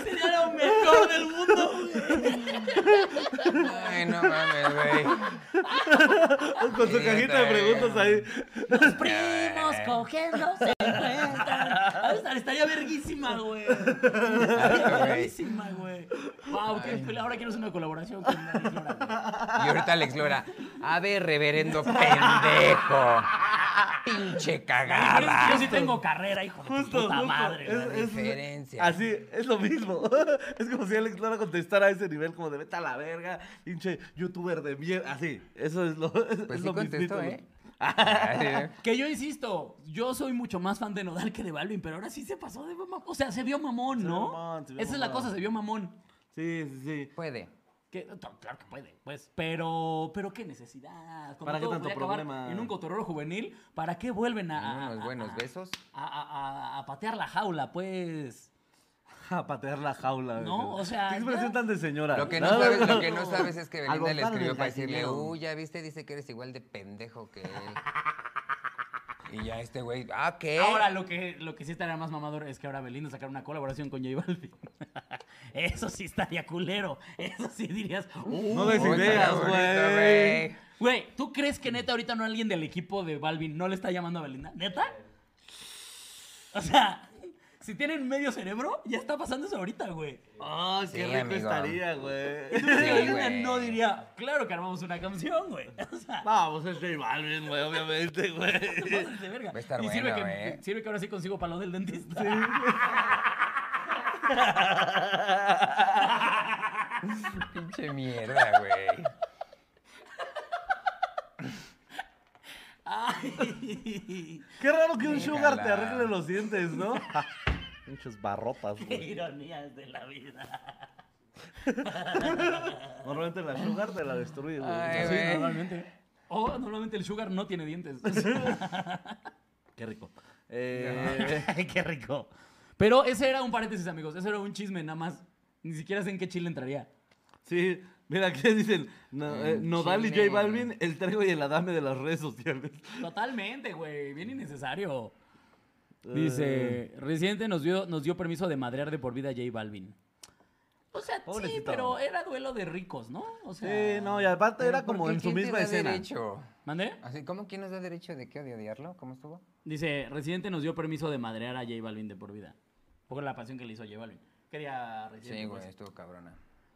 Sería lo mejor del mundo, güey.
Ay, no mames, güey.
Con su
Sí,
cajita de
está
preguntas ahí.
Los primos cogiendo se encuentran. A ver, estaría verguísima, güey. Estaría
güey.
verguísima, güey. Wow, qué cool. ahora quiero hacer una colaboración con Alex Lora, güey.
Y ahorita Alex Lora. A ver, reverendo pendejo. Pinche
La diferencia es que Yo
cagada.
sí tengo carrera, hijo de tu
Justo,
puta
justo.
madre,
Es-
güey.
es-
diferencia.
Así, es lo mismo. Es como si Alex Lora contestara a ese nivel como de vete a la verga, pinche youtuber de mierda. Así, eso es lo es,
Pues
es
sí
lo
contestó,
mismito.
¿eh? Ay,
Que yo insisto, yo soy mucho más fan de Nodal que de Balvin, pero ahora sí se pasó de mamón. O sea, se vio mamón,
Se vio
¿no?
mamón, se vio
Esa es la
mamón.
cosa, se vio mamón.
Sí, sí, sí.
Puede.
Que, no, claro que puede, pues. Pero, pero qué necesidad. Cuando
¿Para qué
todo
tanto
podía acabar
problema?
En un cotorreo juvenil, ¿para qué vuelven a.
Unos
a-
buenos
a-
besos.
A, a- a- a patear la jaula, pues.
A patear la jaula.
No,
güey.
o sea,
Qué expresión
ya-
tan de señora.
Lo que no
No,
sabes,
no,
lo que no
no.
sabes es que
Al
Belinda le
botar
escribió
el
para decirle,
gallinero.
uy, ya viste, dice que eres igual de pendejo que él. Y ya este güey, ah, ¿qué?
Ahora, lo que, lo que sí estaría más mamador es que ahora Belinda sacar una colaboración con J Balvin. Eso sí estaría culero. Eso sí dirías. "Uh,
No des
Uy,
ideas,
está bonito,
güey.
Güey, ¿tú crees que neta ahorita no alguien del equipo de Balvin no le está llamando a Belinda? ¿Neta? O sea, Si tienen medio cerebro, ya está pasando eso ahorita, güey.
¡Oh,
Sí,
qué rico
amigo.
estaría, güey!
Entonces,
Sí,
Ozuna
güey.
no diría, claro que armamos una canción, güey. O sea,
Vamos, pues es J Balvin, güey, obviamente, güey.
pases de verga.
Va a estar
y sirve,
bueno,
que,
eh.
sirve que ahora sí consigo palo del dentista.
Pinche mierda, güey.
Ay,
Qué raro que un sugar te
Déjala.
arregle los dientes, ¿no? Muchas barrotas,
qué
güey.
ironías de la vida.
Normalmente la sugar te la destruye, güey.
Ay,
Sí,
güey.
normalmente. O normalmente el sugar no tiene dientes.
Qué rico. Eh,
qué rico. Pero ese era un paréntesis, amigos. Ese era un chisme, nada más. Ni siquiera sé en qué chile entraría.
sí, mira, ¿qué dicen? No, eh,
Mm,
Nodal y
chile.
J Balvin, el trego y el adame de las redes sociales.
Ah.
Totalmente, güey. Bien innecesario. Eh. Dice, reciente nos dio, nos dio permiso de madrear de por vida a J Balvin. O sea, sí,
Pobrecito.
pero era duelo de ricos, ¿no? O sea,
Sí, no, y aparte era
Pero, ¿por
como
qué?
en su
¿Quién te
misma
da
escena.
Derecho?
¿Mandé?
Así, ¿Cómo quién nos da derecho de qué? ¿De odiarlo? ¿Cómo estuvo?
Dice, Residente nos dio permiso de madrear a J Balvin de por vida. Por la pasión que le hizo a J Balvin. Quería Residente.
Sí,
pues.
güey, estuvo cabrona.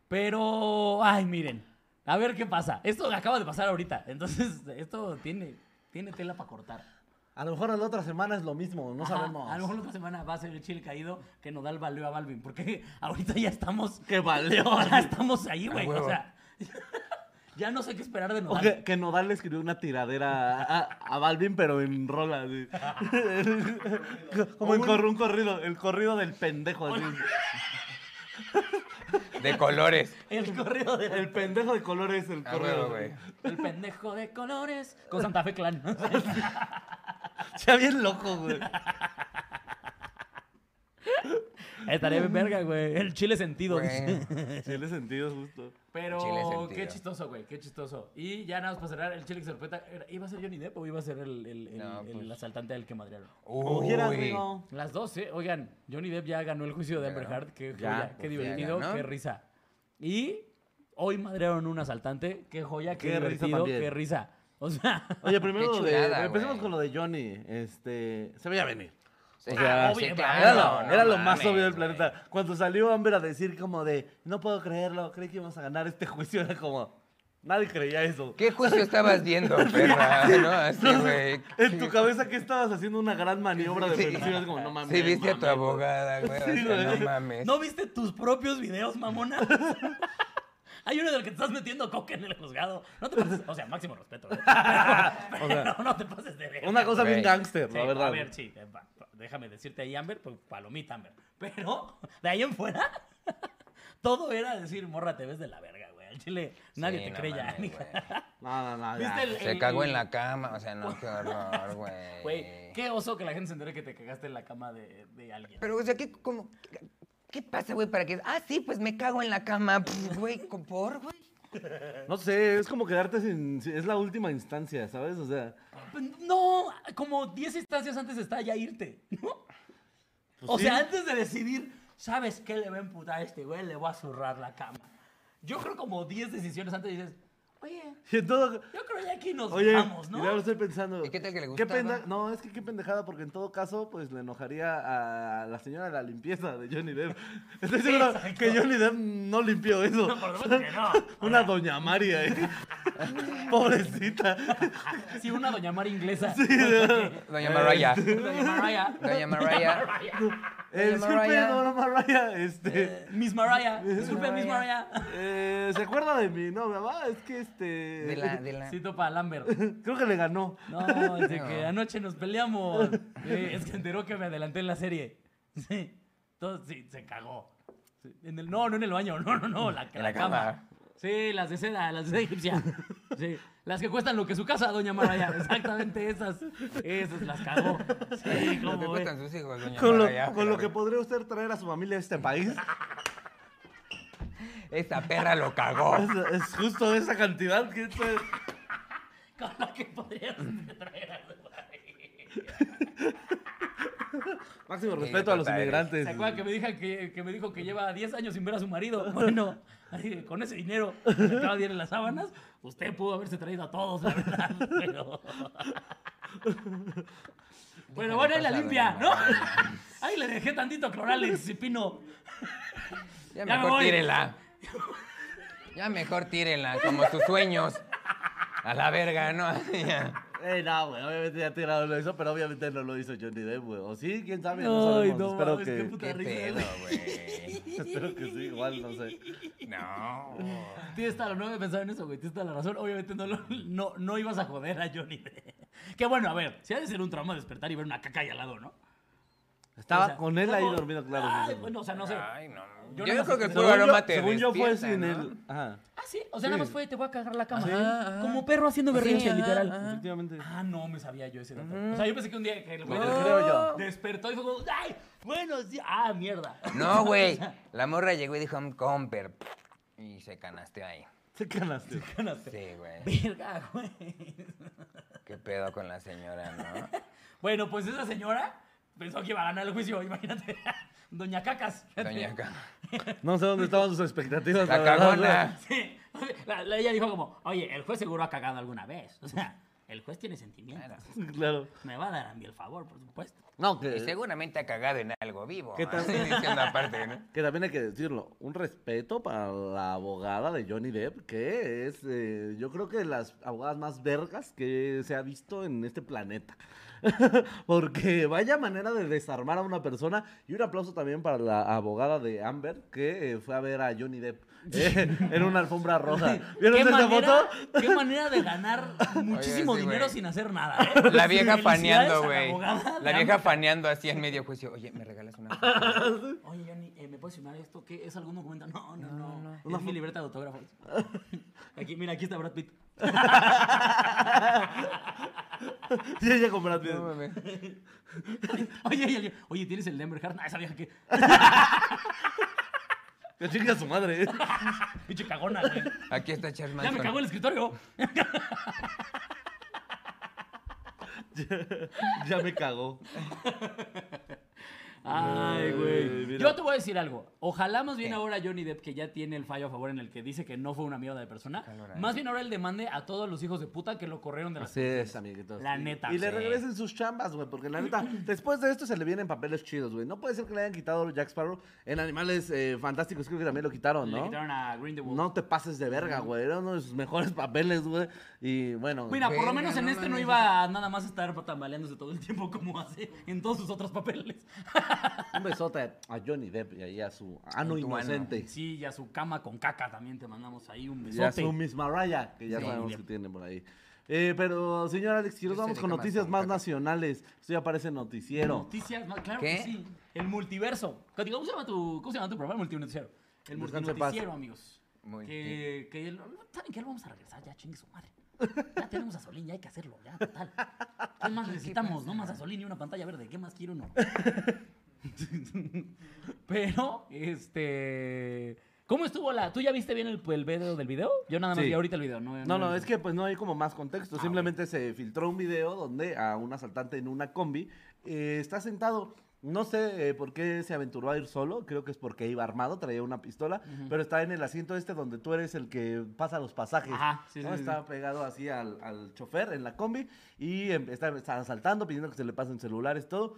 Pero, ay, miren. A ver qué pasa. Esto acaba de pasar ahorita. Entonces, esto tiene, tiene tela para cortar.
A lo mejor en la otra semana es lo mismo, no
Ajá,
sabemos.
A lo mejor la otra semana va a ser el chile caído que Nodal valió a Balvin. Porque ahorita ya estamos.
Que valió.
Ya estamos ahí, güey.
A huevo.
O sea, ya no sé qué esperar de
O
Nodal.
que, que Nodal le escribió una tiradera a, a Balvin, pero en rola. así. Como en corr- un corrido, el corrido del pendejo. así.
De colores.
El correo del
El pendejo de colores, el
A Ah, huevo,
corrido.
güey.
el pendejo de colores con Santa Fe Clan.
Está bien loco, güey.
Estaría bien verga, güey. El chile sentido. dice.
Güey.
Tiene sentido, justo.
Chile
Pero
sentido.
qué chistoso, güey, qué chistoso. Y ya nada más para cerrar, el chile que se respeta, era- ¿iba a ser Johnny Depp o iba a ser el, el- el-
No,
el
pues.
asaltante al que madrearon?
Como
Uy.
quieras, amigo.
Las dos, ¿eh? Oigan, Johnny Depp ya ganó el juicio de Amber
Claro.
Heard, qué
Ya,
joya, qué
pues, ya
divertido,
ganó.
qué risa. Y hoy madrearon un asaltante, qué joya, qué,
Qué risa
divertido,
también.
qué risa. O sea,
Oye, primero
Qué
lo de-
chulada,
empecemos
güey.
con lo de Johnny. Este, se veía venir.
Sí,
O sea,
ah,
obvio,
sí,
claro,
era
claro,
lo,
no
era lo
mames,
más obvio del
güey.
planeta. Cuando salió Amber a decir como de, no puedo creerlo, creí que íbamos a ganar este juicio, era como, nadie creía eso.
¿Qué juicio estabas viendo, perra? ¿No? Así, güey.
En tu cabeza que estabas haciendo una gran maniobra de
Sí.
defensiva, así como, no mames.
Sí, viste a tu
mames".
abogada, güey. o
Sí,
sea,
güey.
no mames.
¿no viste tus propios videos, mamona? Hay uno del que te estás metiendo coca en el juzgado. No te pases, o sea, máximo respeto. ¿eh? Pero,
O sea,
pero no te pases de verga,
Una cosa bien
Güey.
gángster,
Sí,
la verdad.
A ver, sí, eh, pa- pa- déjame decirte ahí, Amber, pues palomita, Amber. Pero de ahí en fuera, todo era decir, morra, te ves de la verga, güey. Al chile, nadie
Sí,
te
no
cree ya,
mames,
hija.
güey.
No, no, no. ya.
¿Viste el-
Se
el-
cagó en
el-
la cama, o sea, no, qué horror, güey.
Eh.
Güey, qué oso que la gente se entere que te cagaste en la cama de, de alguien.
Pero, o sea, ¿qué, como, qué- ¿qué pasa, güey, para que... Ah, sí, pues me cago en la cama, Pff, güey, con- ¿por, güey?
No sé, es como quedarte sin. sin- Es la última instancia, ¿sabes? O sea,
No, como 10 instancias antes está ya irte, ¿no?
Pues
o
sí.
sea, antes de decidir, ¿sabes qué le va a emputar a este güey? Le voy a zurrar la cama. Yo creo como 10 decisiones antes dices, oye,
y en todo.
yo creo ya aquí nos
Oye,
vamos, ¿no?
y ya lo estoy pensando.
¿Y qué tal que le
¿Qué
gustaba?
penda- No, es que qué pendejada, porque en todo caso, pues le enojaría a la señora de la limpieza de Johnny Depp. Estoy seguro
Exacto.
que Johnny Depp no limpió eso.
No, por supuesto que no.
Una doña María, ¿eh? Pobrecita.
Sí, una doña Mara inglesa.
Doña Mariah.
Doña Mariah.
Doña Mariah.
Eh, disculpe,
Mariah.
doña Mariah, este.
Eh, Miss Mariah. Disculpe, Miss
Mariah.
Mariah.
eh, ¿Se acuerda de mí? No, mamá, es que este.
De la, de la...
Cito para Lambert.
Creo que le ganó.
No, desde que anoche nos peleamos. Eh, es que enteró que me adelanté en la serie. Sí. Todo, sí, se cagó. Sí, En el, no, no en el baño. No, no, no. La,
En
la
la
cama.
cama.
Sí, las de seda, las de seda egipcia. Sí. Las que cuestan lo que su casa, doña Mariah. Exactamente esas. Esas las cagó. Sí,
Lo que
cómo ve.
cuentan sus hijos, doña
Con lo,
Mariah,
con lo que
pero-
podría usted traer a su familia a este país.
Esta perra lo cagó.
Es, es justo esa cantidad que usted-
Con lo que podrías traer a su país.
Máximo
Sí,
respeto a los
total.
inmigrantes.
¿Se acuerdan que me, dijo que, que me dijo que lleva 10 años sin ver a su marido? Bueno, así, con ese dinero que se acaba de ir en las sábanas, usted pudo haberse traído a todos, la verdad. Pero... Bueno, bueno, ahí la
Pasa,
limpia,
doña
¿no?
Mariah.
Ay, le dejé tantito cloral en Cipino.
Ya
me
mejor
voy.
tírela. Ya mejor tírela, como sus sueños. A la verga, ¿no? Ya.
Eh, no, güey, obviamente ya tirado lo hizo, pero obviamente no lo hizo Johnny Depp, güey. O sí, quién sabe, no
Ay,
sabemos.
no
espero,
mames,
que,
qué puta
Qué pedo,
risa.
güey.
espero que sí, igual, no sé.
No.
Tienes toda la, no había pensado en eso, güey. Tienes toda la razón. Obviamente no, lo- no, no ibas a joder a Johnny Depp. Que bueno, a ver, si ha de ser un trauma despertar y ver una caca ahí al lado, ¿no?
Estaba
O sea,
con él ahí
¿cómo?
dormido, claro. sí,
Ay,
sí.
bueno, o sea, no sé.
Ay, no.
Yo
Yo,
nada más
creo que el
pensé-
puro
según,
aroma
yo,
te
según yo fue
despierta,
sin
¿no?
él. Ajá.
Ah, sí. O sea, nada más fue, te voy a cagar la cama.
Sí. ah,
Ah, Como perro haciendo
Sí,
berrinche,
ajá,
literal.
ajá.
Efectivamente.
Ah, no, me sabía yo ese dato. O sea, yo pensé que un día que el güey
Te
No.
Mm. creo yo.
despertó y fue como, ¡ay! Buenos días. Ah, mierda.
No, güey. La morra llegó y dijo, comper. Y se canasteó ahí.
Se canaste.
Sí, güey.
Verga, güey.
Qué pedo con la señora, ¿no?
Bueno, pues esa señora pensó que iba a ganar el juicio, imagínate. Doña Cacas.
Doña Ca-
No sé dónde estaban sus expectativas.
La
verdad, güey.
cagona.
Sí. La- la- ella dijo como, oye, el juez seguro ha cagado alguna vez. O sea, el juez tiene sentimientos.
Claro.
Me va a dar a mí el favor, por supuesto.
No,
Y
que,
seguramente ha cagado en algo vivo.
¿Qué tal?
así diciendo aparte, ¿no?
que también hay que decirlo. Un respeto para la abogada de Johnny Depp, que es, eh, yo creo que las abogadas más vergas que se ha visto en este planeta. Porque vaya manera de desarmar a una persona. Y un aplauso también para la abogada de Amber, que eh, fue a ver a Johnny Depp eh, en una alfombra roja. ¿Vieron
¿Qué
esa
manera,
foto?
qué manera de ganar muchísimo
Oye, sí,
dinero
güey.
sin hacer nada. ¿eh?
La vieja
Felicidades a
faneando,
la
güey.
abogada
La
de
vieja
ambos.
faneando así en medio juicio. Oye, ¿me regalas una? foto?
Oye, Johnny, eh, ¿me puedes firmar esto? ¿Qué? ¿Es algún documento? No, no, no.
No, no,
Es mi libreta de autógrafos. aquí, mira, aquí está Brad Pitt.
Sí, ella con Brad Pitt.
No, mames.
Oye, oye, oye, oye, ¿tienes el de Amber Heard? No, esa vieja que...
Que chingue a su madre.
Pinche cagona, güey.
Aquí está Charles
Ya me
Manson.
cagó el escritorio.
ya me cagó.
Ay,
Ay,
güey.
Eh, mira.
Yo te voy a decir algo. Ojalá más bien
¿Qué?
ahora Johnny Depp, que ya tiene el fallo a favor en el que dice que no fue una mierda de persona,
Calora.
más bien ahora él demande a todos los hijos de puta que lo corrieron de la
Así es, amiguitos.
La
Y-
neta,
Y le
sí.
regresen sus chambas, güey, porque la neta, después de esto se le vienen papeles chidos, güey. No puede ser que le hayan quitado Jack Sparrow en Animales eh, Fantásticos, creo que también lo quitaron,
Le
¿no?
quitaron a Grindelwald.
No te pases de verga, güey. Era uno de sus mejores papeles, güey. Y bueno.
Mira, por lo
Verga,
menos en
no
este no
mames.
iba a nada más estar tambaleándose todo el tiempo como hace en todos sus otros papeles.
Un besote a Johnny Depp y ahí a su ano
A tu ano.
inocente.
Sí, y a su cama con caca también te mandamos ahí un
Y a
besote.
su Miss Mariah, que ya
Sí,
sabemos
bien.
que tiene por ahí. Eh, pero, señor Alex, si
Yo
nos
sé
vamos
de
con
qué más
noticias
son,
más
caca.
nacionales. Esto ya parece noticiero.
Noticias, más- claro
¿Qué?
que sí. El multiverso. Contigo, ¿Cómo se llama tu, cómo se llama tu programa? El multinoticiero. El
Descansa en
multinoticiero,
paz.
amigos.
Multi-
Que, que lo- lo- ¿Saben qué? Lo vamos a regresar ya, chingue su madre. Ya tenemos a Solín, ya hay que hacerlo, ya, total. ¿Qué más necesitamos? No más a Solín y una pantalla verde. ¿Qué más quiere uno? Pero, este... ¿Cómo estuvo la...? ¿Tú ya viste bien el, el video del video? Yo nada más
Sí.
vi ahorita el video. No,
No, no,
vi-
es que pues no hay como más
Ah,
contexto. Simplemente se filtró un video donde a un asaltante en una combi eh, está sentado. No sé eh, por qué se aventuró a ir solo, creo que es porque iba armado, traía una pistola, pero está en el asiento este donde tú eres el que pasa los pasajes.
Ajá, sí,
¿no?
sí, sí.
Está pegado así al, al chofer en la combi y em, está, está asaltando, pidiendo que se le pasen celulares, todo.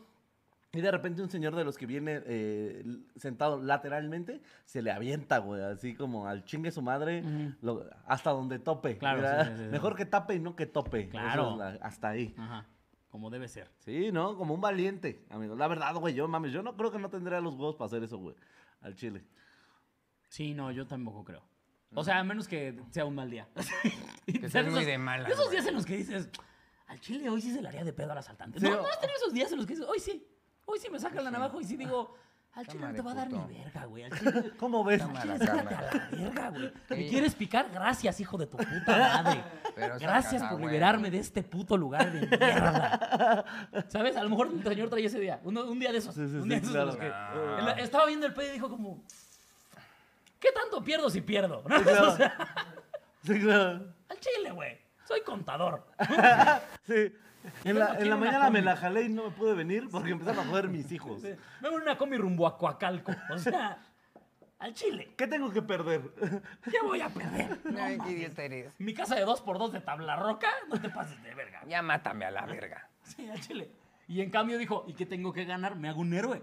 Y de repente un señor de los que viene eh, l- sentado lateralmente se le avienta, güey, así como al chingue su madre, lo- hasta donde tope.
Claro,
Mira,
sí, sí, sí.
Mejor que tape y no que tope. Eso
Claro.
es la- hasta ahí.
Ajá, como debe ser.
Sí, ¿no? Como un valiente, amigo. La verdad, güey, yo mames, yo no creo que no tendría los huevos para hacer eso, güey, al chile.
Sí, no, yo tampoco creo. O sea, a menos que sea un mal día.
Que
Sean
estés muy de malas,
Esos
güey.
días en los que dices, al chile hoy sí se le haría de pedo al asaltante.
Sí,
no,
o-
no has tenido esos días en los que dices, hoy sí, hoy sí me sacan la navaja y sí digo, al chile no
Ah, Cámara
te
de
va a dar mi
puto.
verga, güey. Al chile,
¿Cómo ves?
al chile
Cámara,
sácate
cámara.
a la verga, güey. ¿Me
Sí.
quieres picar? Gracias, hijo de tu puta madre.
Pero
Gracias
sácala,
por
güey.
liberarme de este puto lugar de mierda. ¿Sabes? A lo mejor el señor traía ese día. uno- Un, día de esos.
Sí, sí,
un
sí,
día de esos en
claro.
los que
No.
en la- Estaba viendo el pedo y dijo como... ¿Qué tanto pierdo si pierdo? ¿No?
claro.
O sea,
Sí, claro.
al chile, güey. Soy contador.
Sí. En
Yo
la,
no
en
quiero una
la mañana me
combi.
la jalé y no me pude venir porque empezaron a joder mis hijos.
Veo una combi rumbo a Coacalco. O sea, al chile.
¿Qué tengo que perder?
¿Qué voy a perder? No
Ay, qué
mames.
idiota eres.
Mi casa de 2x2 de tabla roca, no te pases de verga.
Ya mátame a la verga.
Sí, al chile. Y en cambio dijo, ¿y qué tengo que ganar? Me hago un héroe.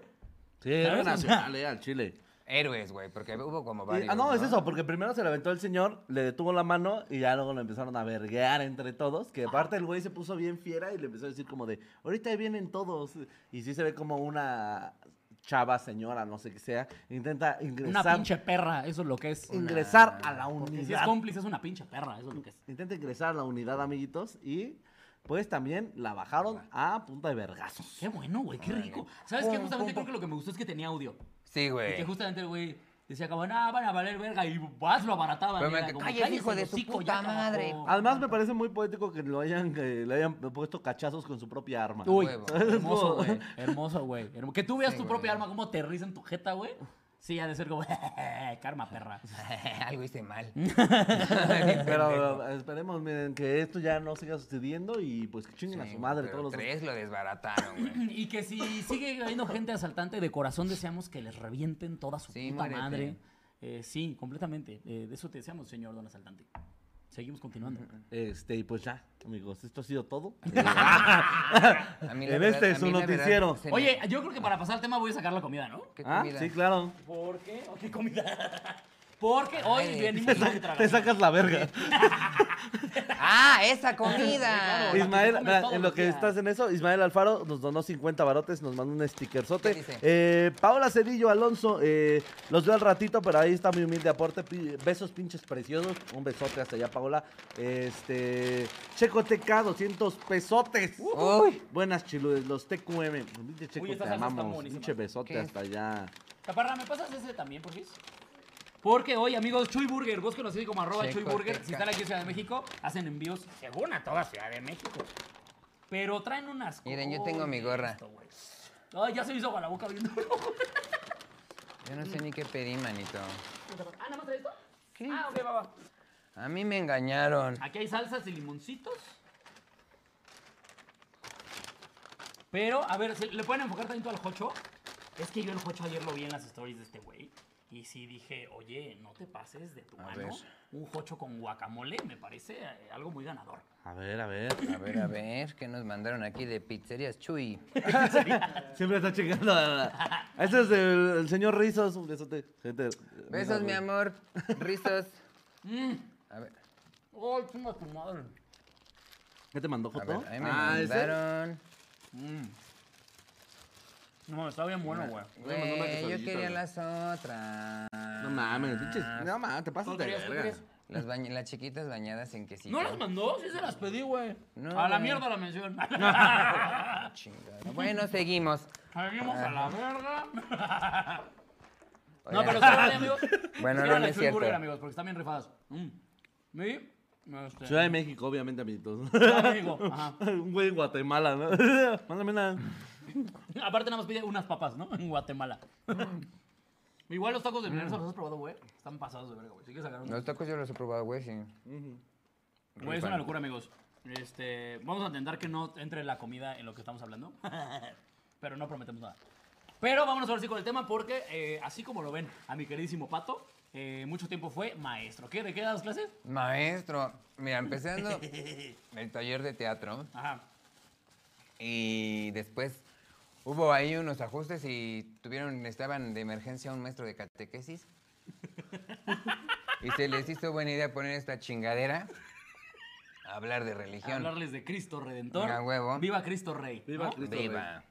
Sí, era
¿Sabes? O sea-
nacional, eh, al Chile.
Héroes, güey, porque hubo como
Y-
varios.
ah, no, es eso, porque primero se le aventó el señor, le detuvo la mano y ya luego lo empezaron a verguear entre todos. Que aparte el güey se puso bien fiera y le empezó a decir como de, ahorita ahí vienen todos. Y sí se ve como una chava, señora, no sé qué sea, intenta
Una
ingresar,
pinche perra, eso es lo que es.
ingresar a la
Porque
unidad.
si es cómplice, es una pinche perra, eso es lo que es.
Intenta ingresar a la unidad, amiguitos, y pues también la bajaron a punta de vergazos.
Qué bueno, güey, qué rico. ¿Sabes qué? Justamente creo que lo que me gustó es que tenía audio.
Sí,
Y
güey.
que justamente el güey decía como, no, van a valer verga y vas lo abarataban.
Pero
y
me- Ah,
era como,
"Cállese,
"Cállese
hijo
el
de su
hocico,
puta
ya, carajo".
madre.
Además, me parece muy poético que lo hayan, que le hayan puesto cachazos con su propia arma.
Uy,
Huevo.
hermoso, güey. Hermoso, güey. hermo- Que tú veas
Sí,
tu
güey.
propia arma como te riza en tu jeta, güey. Sí, ha de ser como, karma, perra.
Algo hice mal.
Pero esperemos, miren, que esto ya no siga sucediendo y pues que chinguen a su madre todos los
tres lo desbarataron, güey.
Y que si sigue habiendo gente asaltante, de corazón deseamos que les revienten toda su
Sí,
puta
muérete.
madre. Eh, sí, completamente. Eh, de eso te deseamos, señor don asaltante. Seguimos continuando.
Este, y pues ya, amigos, esto ha sido todo. Eh,
A mí la
En
verdad-
este
a
es
mí
un
la verdad
noticiero.
se me-
Oye, yo creo que para pasar el tema voy a sacar la comida, ¿no?
¿Qué
ah,
comida?
sí, claro.
¿Por qué? ¿O ¿Qué comida? Porque hoy
Ay,
venimos con
Te
tragazón.
sacas la verga.
¡Ah, esa comida!
Sí, claro.
Ismael,
comes
mira,
todos
en
los
lo que
días.
estás en eso, Ismael Alfaro nos donó 50 barotes, nos mandó un stickerzote.
¿Qué dice?
Eh, Paola Cedillo Alonso, eh, los veo al ratito, pero ahí está mi humilde aporte. Pi- Besos pinches preciosos. Un besote hasta allá, Paola. Este. Checo TK, 200 pesotes.
Uy.
Buenas chiludes, los TQM. Pinche Checo,
Uy,
te
estas salsas están
amamos.
buenísimas.
Pinche besote
¿Qué?
hasta allá.
Caparra, ¿me pasas ese también, por favor? Porque hoy, amigos, Chuy Burger, búsquenos así como arroba
Checo
Chuy Burger.
Teca.
Si están aquí en Ciudad de México, hacen envíos según a toda Ciudad de México. Pero traen unas
Miren, yo tengo mi
cosas,
gorra.
esto, güey. Ay, ya se me hizo agua la boca viendo.
Yo no sé ni qué pedí, manito.
ah, ¿nada más trae esto? Ah, ok, va, va.
A mí me engañaron.
Aquí hay salsas y limoncitos. Pero, a ver, ¿se- ¿le pueden enfocar tanto al Jocho? Es que yo el Jocho ayer lo vi en las stories de este güey. Y sí dije, oye, no te pases de tu
A
mano.
ver.
Un Jocho con guacamole me parece eh, algo muy ganador.
A ver, a ver.
A ver, a ver, ¿qué nos mandaron aquí de pizzerías Chuy?
Siempre está checando. Ese es el, el señor Rizos. Un besote. Gente,
Besos, mi
amor.
amor. Rizos.
Mm.
A ver,
¡Ay, chinga tu madre!
¿Qué te mandó,
a
Joto?
ver, ahí me
Ah, ¿ese?
mandaron.
No, está bien bueno, güey.
me mandó una
Güey, yo
quesadillita,
quería
güey.
las otras.
No mames, pinches.
Ah.
No mames, te pasas
¿No
de
querías, no
verga.
querías?
Las, bañ- las chiquitas bañadas en quesito.
¿No las mandó? Sí se las pedí, güey.
No,
a la
güey.
mierda la mención.
Ah, Chingada. Bueno, seguimos.
Seguimos a la verga. No,
Oigan,
pero ¿saben, amigos?
Bueno,
Sí,
no, no
a la
es
Chuy
cierto.
Burger, amigos, porque están bien rifadas. Mm. ¿Sí? Este,
Ciudad de México, obviamente, amiguitos.
Ciudad de México, ajá.
Un güey en Guatemala, ¿no? Mándame una.
Aparte nada más pide unas papas, ¿no? En Guatemala.
Mm.
Igual los tacos de milanesa los has probado, güey. Están pasados de verga, güey. Sí que sacaron.
Los tacos yo los he probado, güey, sí.
Güey, es una
rifan.
locura, amigos. Este, vamos a intentar que no entre la comida en lo que estamos hablando. Pero no prometemos nada. Pero vámonos ahora sí con el tema porque, eh, así como lo ven a mi queridísimo Pato, eh, mucho tiempo fue maestro. ¿Qué? ¿De qué das clases?
Maestro, mira, empezando el taller de teatro
Ajá.
y después hubo ahí unos ajustes y tuvieron, estaban de emergencia un maestro de catequesis. Y se les hizo buena idea poner esta chingadera a hablar de religión.
Hablarles de Cristo Redentor.
A huevo.
Viva Cristo Rey.
Viva
¿no?
Cristo.
Viva.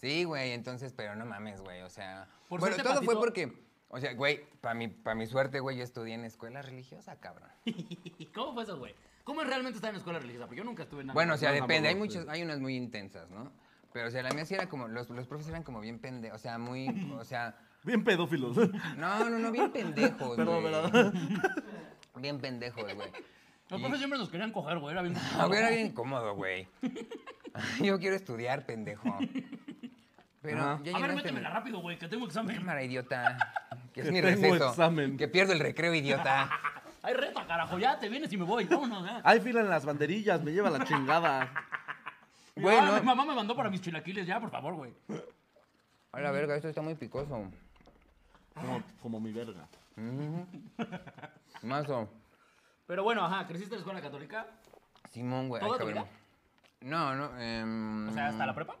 Sí, güey, entonces, pero no mames, güey, o sea...
Por
bueno,
suerte,
todo fue
Patito-
porque, o sea, güey, para mi, pa' mi suerte, güey, yo estudié en escuela religiosa, cabrón.
¿Cómo fue eso, güey? ¿Cómo es realmente estar en escuela religiosa? Porque yo nunca estuve en nada.
Bueno, o sea,
No,
depende. Hay
tampoco,
muchas, hay unas muy intensas, ¿no? Pero, o sea, la mía sí era como, los, los profes eran como bien pendejos, o sea, muy, o sea,
Bien pedófilos.
no, no, no, bien pendejos,
Perdón,
güey.
perdón.
Bien pendejos, güey.
Los
Y-
profes siempre nos querían coger, güey. Era bien.
Ah, güey, era bien incómodo, güey. Yo quiero estudiar, pendejo. Pero,
Ajá.
ya
A ver,
llenaste
métemela
mi
rápido, güey, que tengo examen.
cámara, idiota. Que es
Que
mi
tengo
receso.
examen.
Que pierdo el recreo, idiota.
Hay reta, carajo. Ya te vienes y me voy. Vámonos, ya.
Hay fila en las banderillas, me lleva la chingada.
Mi
Güey,
mamá-
no.
Mi mamá me mandó para mis chilaquiles ya, por favor, güey.
A la verga, esto está muy picoso.
Como, como mi verga.
Mazo.
Pero bueno, ajá, creciste en la escuela católica.
Simón, güey. ay,
¿Toda tu
cabrón.
vida?
No, no. em,
O sea, hasta la prepa.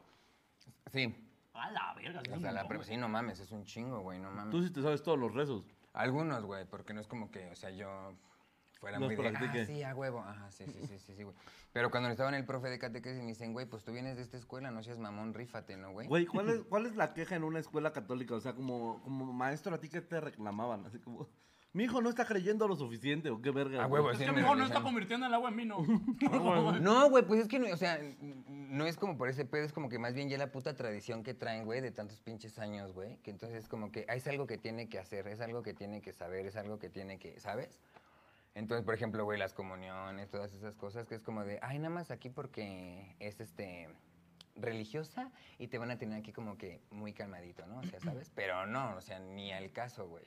Sí.
A la verga. sí es
O
un
sea, la
montón,
pre- sí, no mames, es un chingo, güey, no mames.
Tú sí te sabes todos los rezos.
Algunos, güey, porque no es como que, o sea, yo fuera
Los
muy de, ah,
practique.
sí, a huevo, ajá, sí, sí, sí, sí, sí, güey. Pero cuando estaba en el profe de catequesis me dicen, güey, pues tú vienes de esta escuela, no seas mamón, rífate, ¿no, güey?
Güey, ¿cuál es, ¿cuál es la queja en una escuela católica? O sea, como, como maestro, ¿a ti qué te reclamaban? Así como, mi hijo no está creyendo lo suficiente, o qué verga.
A
güey?
Ah, huevo,
Es
sí,
que
me
mejor no
regresan.
está convirtiendo el agua en vino.
No, güey, pues es que, no, o sea, n- n- no es como por ese pedo, es como que más bien ya la puta tradición que traen, güey, de tantos pinches años, güey, que entonces como que ah, es algo que tiene que hacer, es algo que tiene que saber, es algo que tiene que, ¿sabes? Entonces, por ejemplo, güey, las comuniones, todas esas cosas, que es como de, ay, nada más aquí porque es, este, religiosa y te van a tener aquí como que muy calmadito, ¿no? O sea, ¿sabes? Pero no, o sea, ni al caso, güey.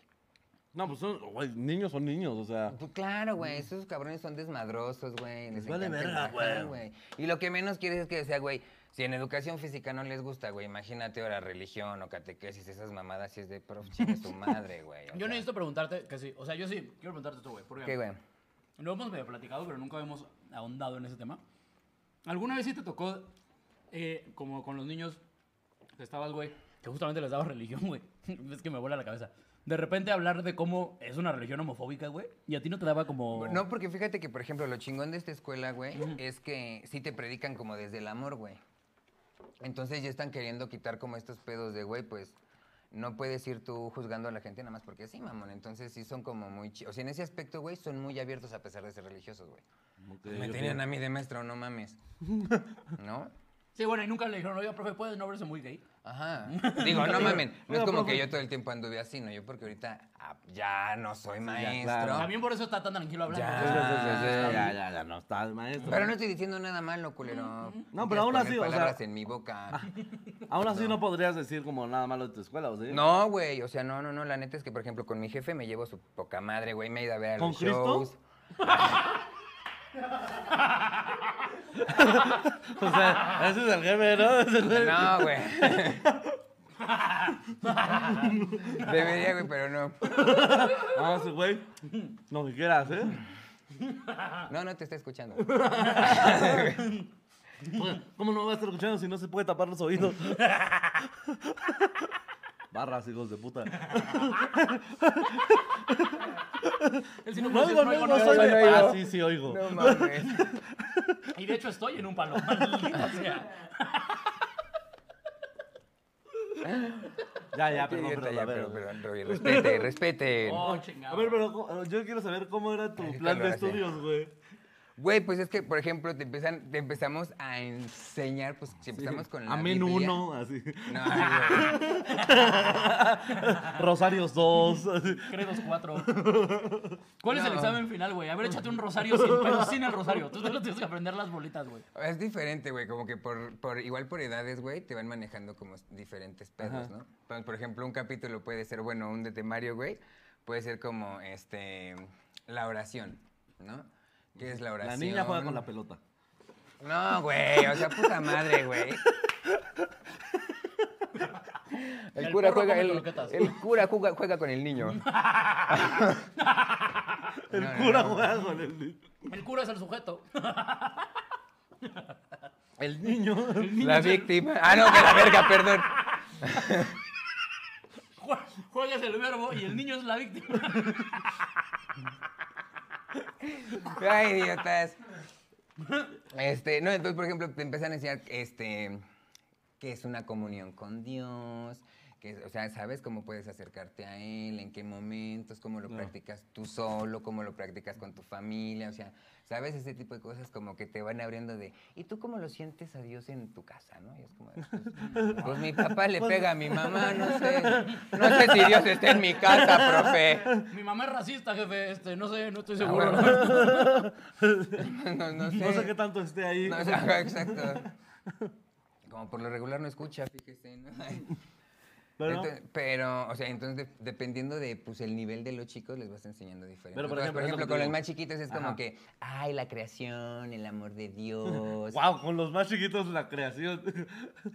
No, pues son, güey, niños son niños, o sea.
Pues claro, güey, esos cabrones son desmadrosos, güey. Les
vale
encanta el
verga,
bajón,
güey.
Y lo que menos quieres es que sea, güey, si en educación física no les gusta, güey, imagínate ahora religión o catequesis, esas mamadas, si es de prof, chingue su madre, güey. o
Yo
sea.
necesito preguntarte, que sí, o sea, yo sí, quiero preguntarte esto, güey. porque
¿Qué, güey?
Lo hemos medio platicado, pero nunca hemos ahondado en ese tema. ¿Alguna vez sí te tocó, eh, como con los niños, que estabas, güey, que justamente les daba religión, güey? es que me vuela la cabeza. De repente hablar de cómo es una religión homofóbica, güey, y a ti no te daba como...
No, porque fíjate que, por ejemplo, lo chingón de esta escuela, güey, es que sí te predican como desde el amor, güey. Entonces ya están queriendo quitar como estos pedos de, güey, pues no puedes ir tú juzgando a la gente nada más porque sí, mamón. Entonces sí son como muy... chi- O sea, en ese aspecto, güey, son muy abiertos a pesar de ser religiosos, güey.
Ok,
Me
ok.
tenían a mí de maestro, no mames. ¿No?
Sí, bueno, y nunca le dijeron, oiga, profe, ¿puedes no verse muy gay?
Ajá. Digo, no mamen. No es
Oiga,
como
profe.
que yo todo el tiempo anduve así, ¿no? Yo porque ahorita ah, ya no soy
ya, claro.
maestro.
También por eso está tan tranquilo hablando.
Ya.
Sí, sí,
güey.
sí, sí, sí,
Ah.
pues, ya, ya, ya, no está el maestro.
Pero no estoy diciendo nada malo, culero.
No,
Quieres
pero aún
poner
así, o sea- Ah.
palabras en mi boca.
Aún así no podrías decir como nada malo de tu escuela, ¿o sí?
No, güey. O sea, no, no, no. La neta es que, por ejemplo, con mi jefe me llevo su poca madre, güey. Me he ido a ver a
¿Con
los
Cristo?
shows.
O sea, ese es el jefe, ¿no? Ese es el-
No, güey. Debería, güey, pero no.
No, ese Ah, güey, no que quieras, ¿eh?
No, no te está escuchando.
Oye, ¿Cómo no me vas a estar escuchando si no se puede tapar los oídos? Barras, hijos de puta.
Él sí no
No
conoce, no
digo, no,
oigo,
no
no
soy
oigo.
de...
oigo.
Ah, sí, sí oigo.
No mames.
Y de hecho estoy en un palo. maldita sea.
Ya, ya,
Qué
perdón,
idiota,
perdón,
ya,
a ver,
pero,
a ver.
perdón, Roy, respete, respete.
Oh,
A
chingado.
ver, pero co- yo quiero saber cómo era tu
Ay, qué
plan de
calor hace.
estudios, güey.
Güey, pues es que, por ejemplo, te, empiezan, te empezamos a enseñar, pues si empezamos con la
Amén
Biblia-
1, así.
No, ay, güey.
Rosarios 2, así.
Credos 4. ¿Cuál es el
No.
examen final, güey? A ver, échate un rosario sin pero sin el rosario. Tú solo tienes que aprender las bolitas, güey.
es diferente, güey, como que por, por- igual por edades, güey, te van manejando como diferentes pedos, ¿no? Entonces, por ejemplo, un capítulo puede ser, bueno, un de temario, güey, puede ser como, este, la oración, ¿no? ¿Qué es la
La
oración?
niña juega con la pelota.
No, güey, o sea, puta madre, güey. El,
El
cura
perro
juega
come
el,
croquetas.
el cura juega, juega con el niño.
El
No, no,
cura
no.
juega con el,
El cura es el sujeto.
el niño.
La víctima. Ah, no, que la verga, perdón.
Jue- Juegas el verbo y el niño es la víctima.
Ay, idiotas. Este, no, entonces, por ejemplo, te empiezan a enseñar este que es una comunión con Dios, que es- o sea, sabes cómo puedes acercarte a él, en qué momentos, cómo lo practicas tú solo, cómo lo practicas con tu familia, o sea, sabes ese tipo de cosas como que te van abriendo de, ¿y tú cómo lo sientes a Dios en tu casa, no? Y es como, de, pues, pues mi papá le pega a mi mamá, no sé. No sé si Dios está en mi casa, profe.
Mi mamá es racista, jefe. Este, no sé, no estoy
Ah,
seguro.
bueno. Ah, no, no sé.
No sé qué tanto esté ahí.
No, o sea, ajá, exacto. Como por lo regular no escucha, fíjese. ¿no?
Pero-
Entonces, pero, o sea, entonces de- dependiendo de pues el nivel de los chicos les vas enseñando diferente.
Pero, por
Entonces,
ejemplo, es lo que te
con los
digo.
más chiquitos es como
Ajá.
que, ay, la creación, el amor de Dios.
Wow, con los más chiquitos la creación.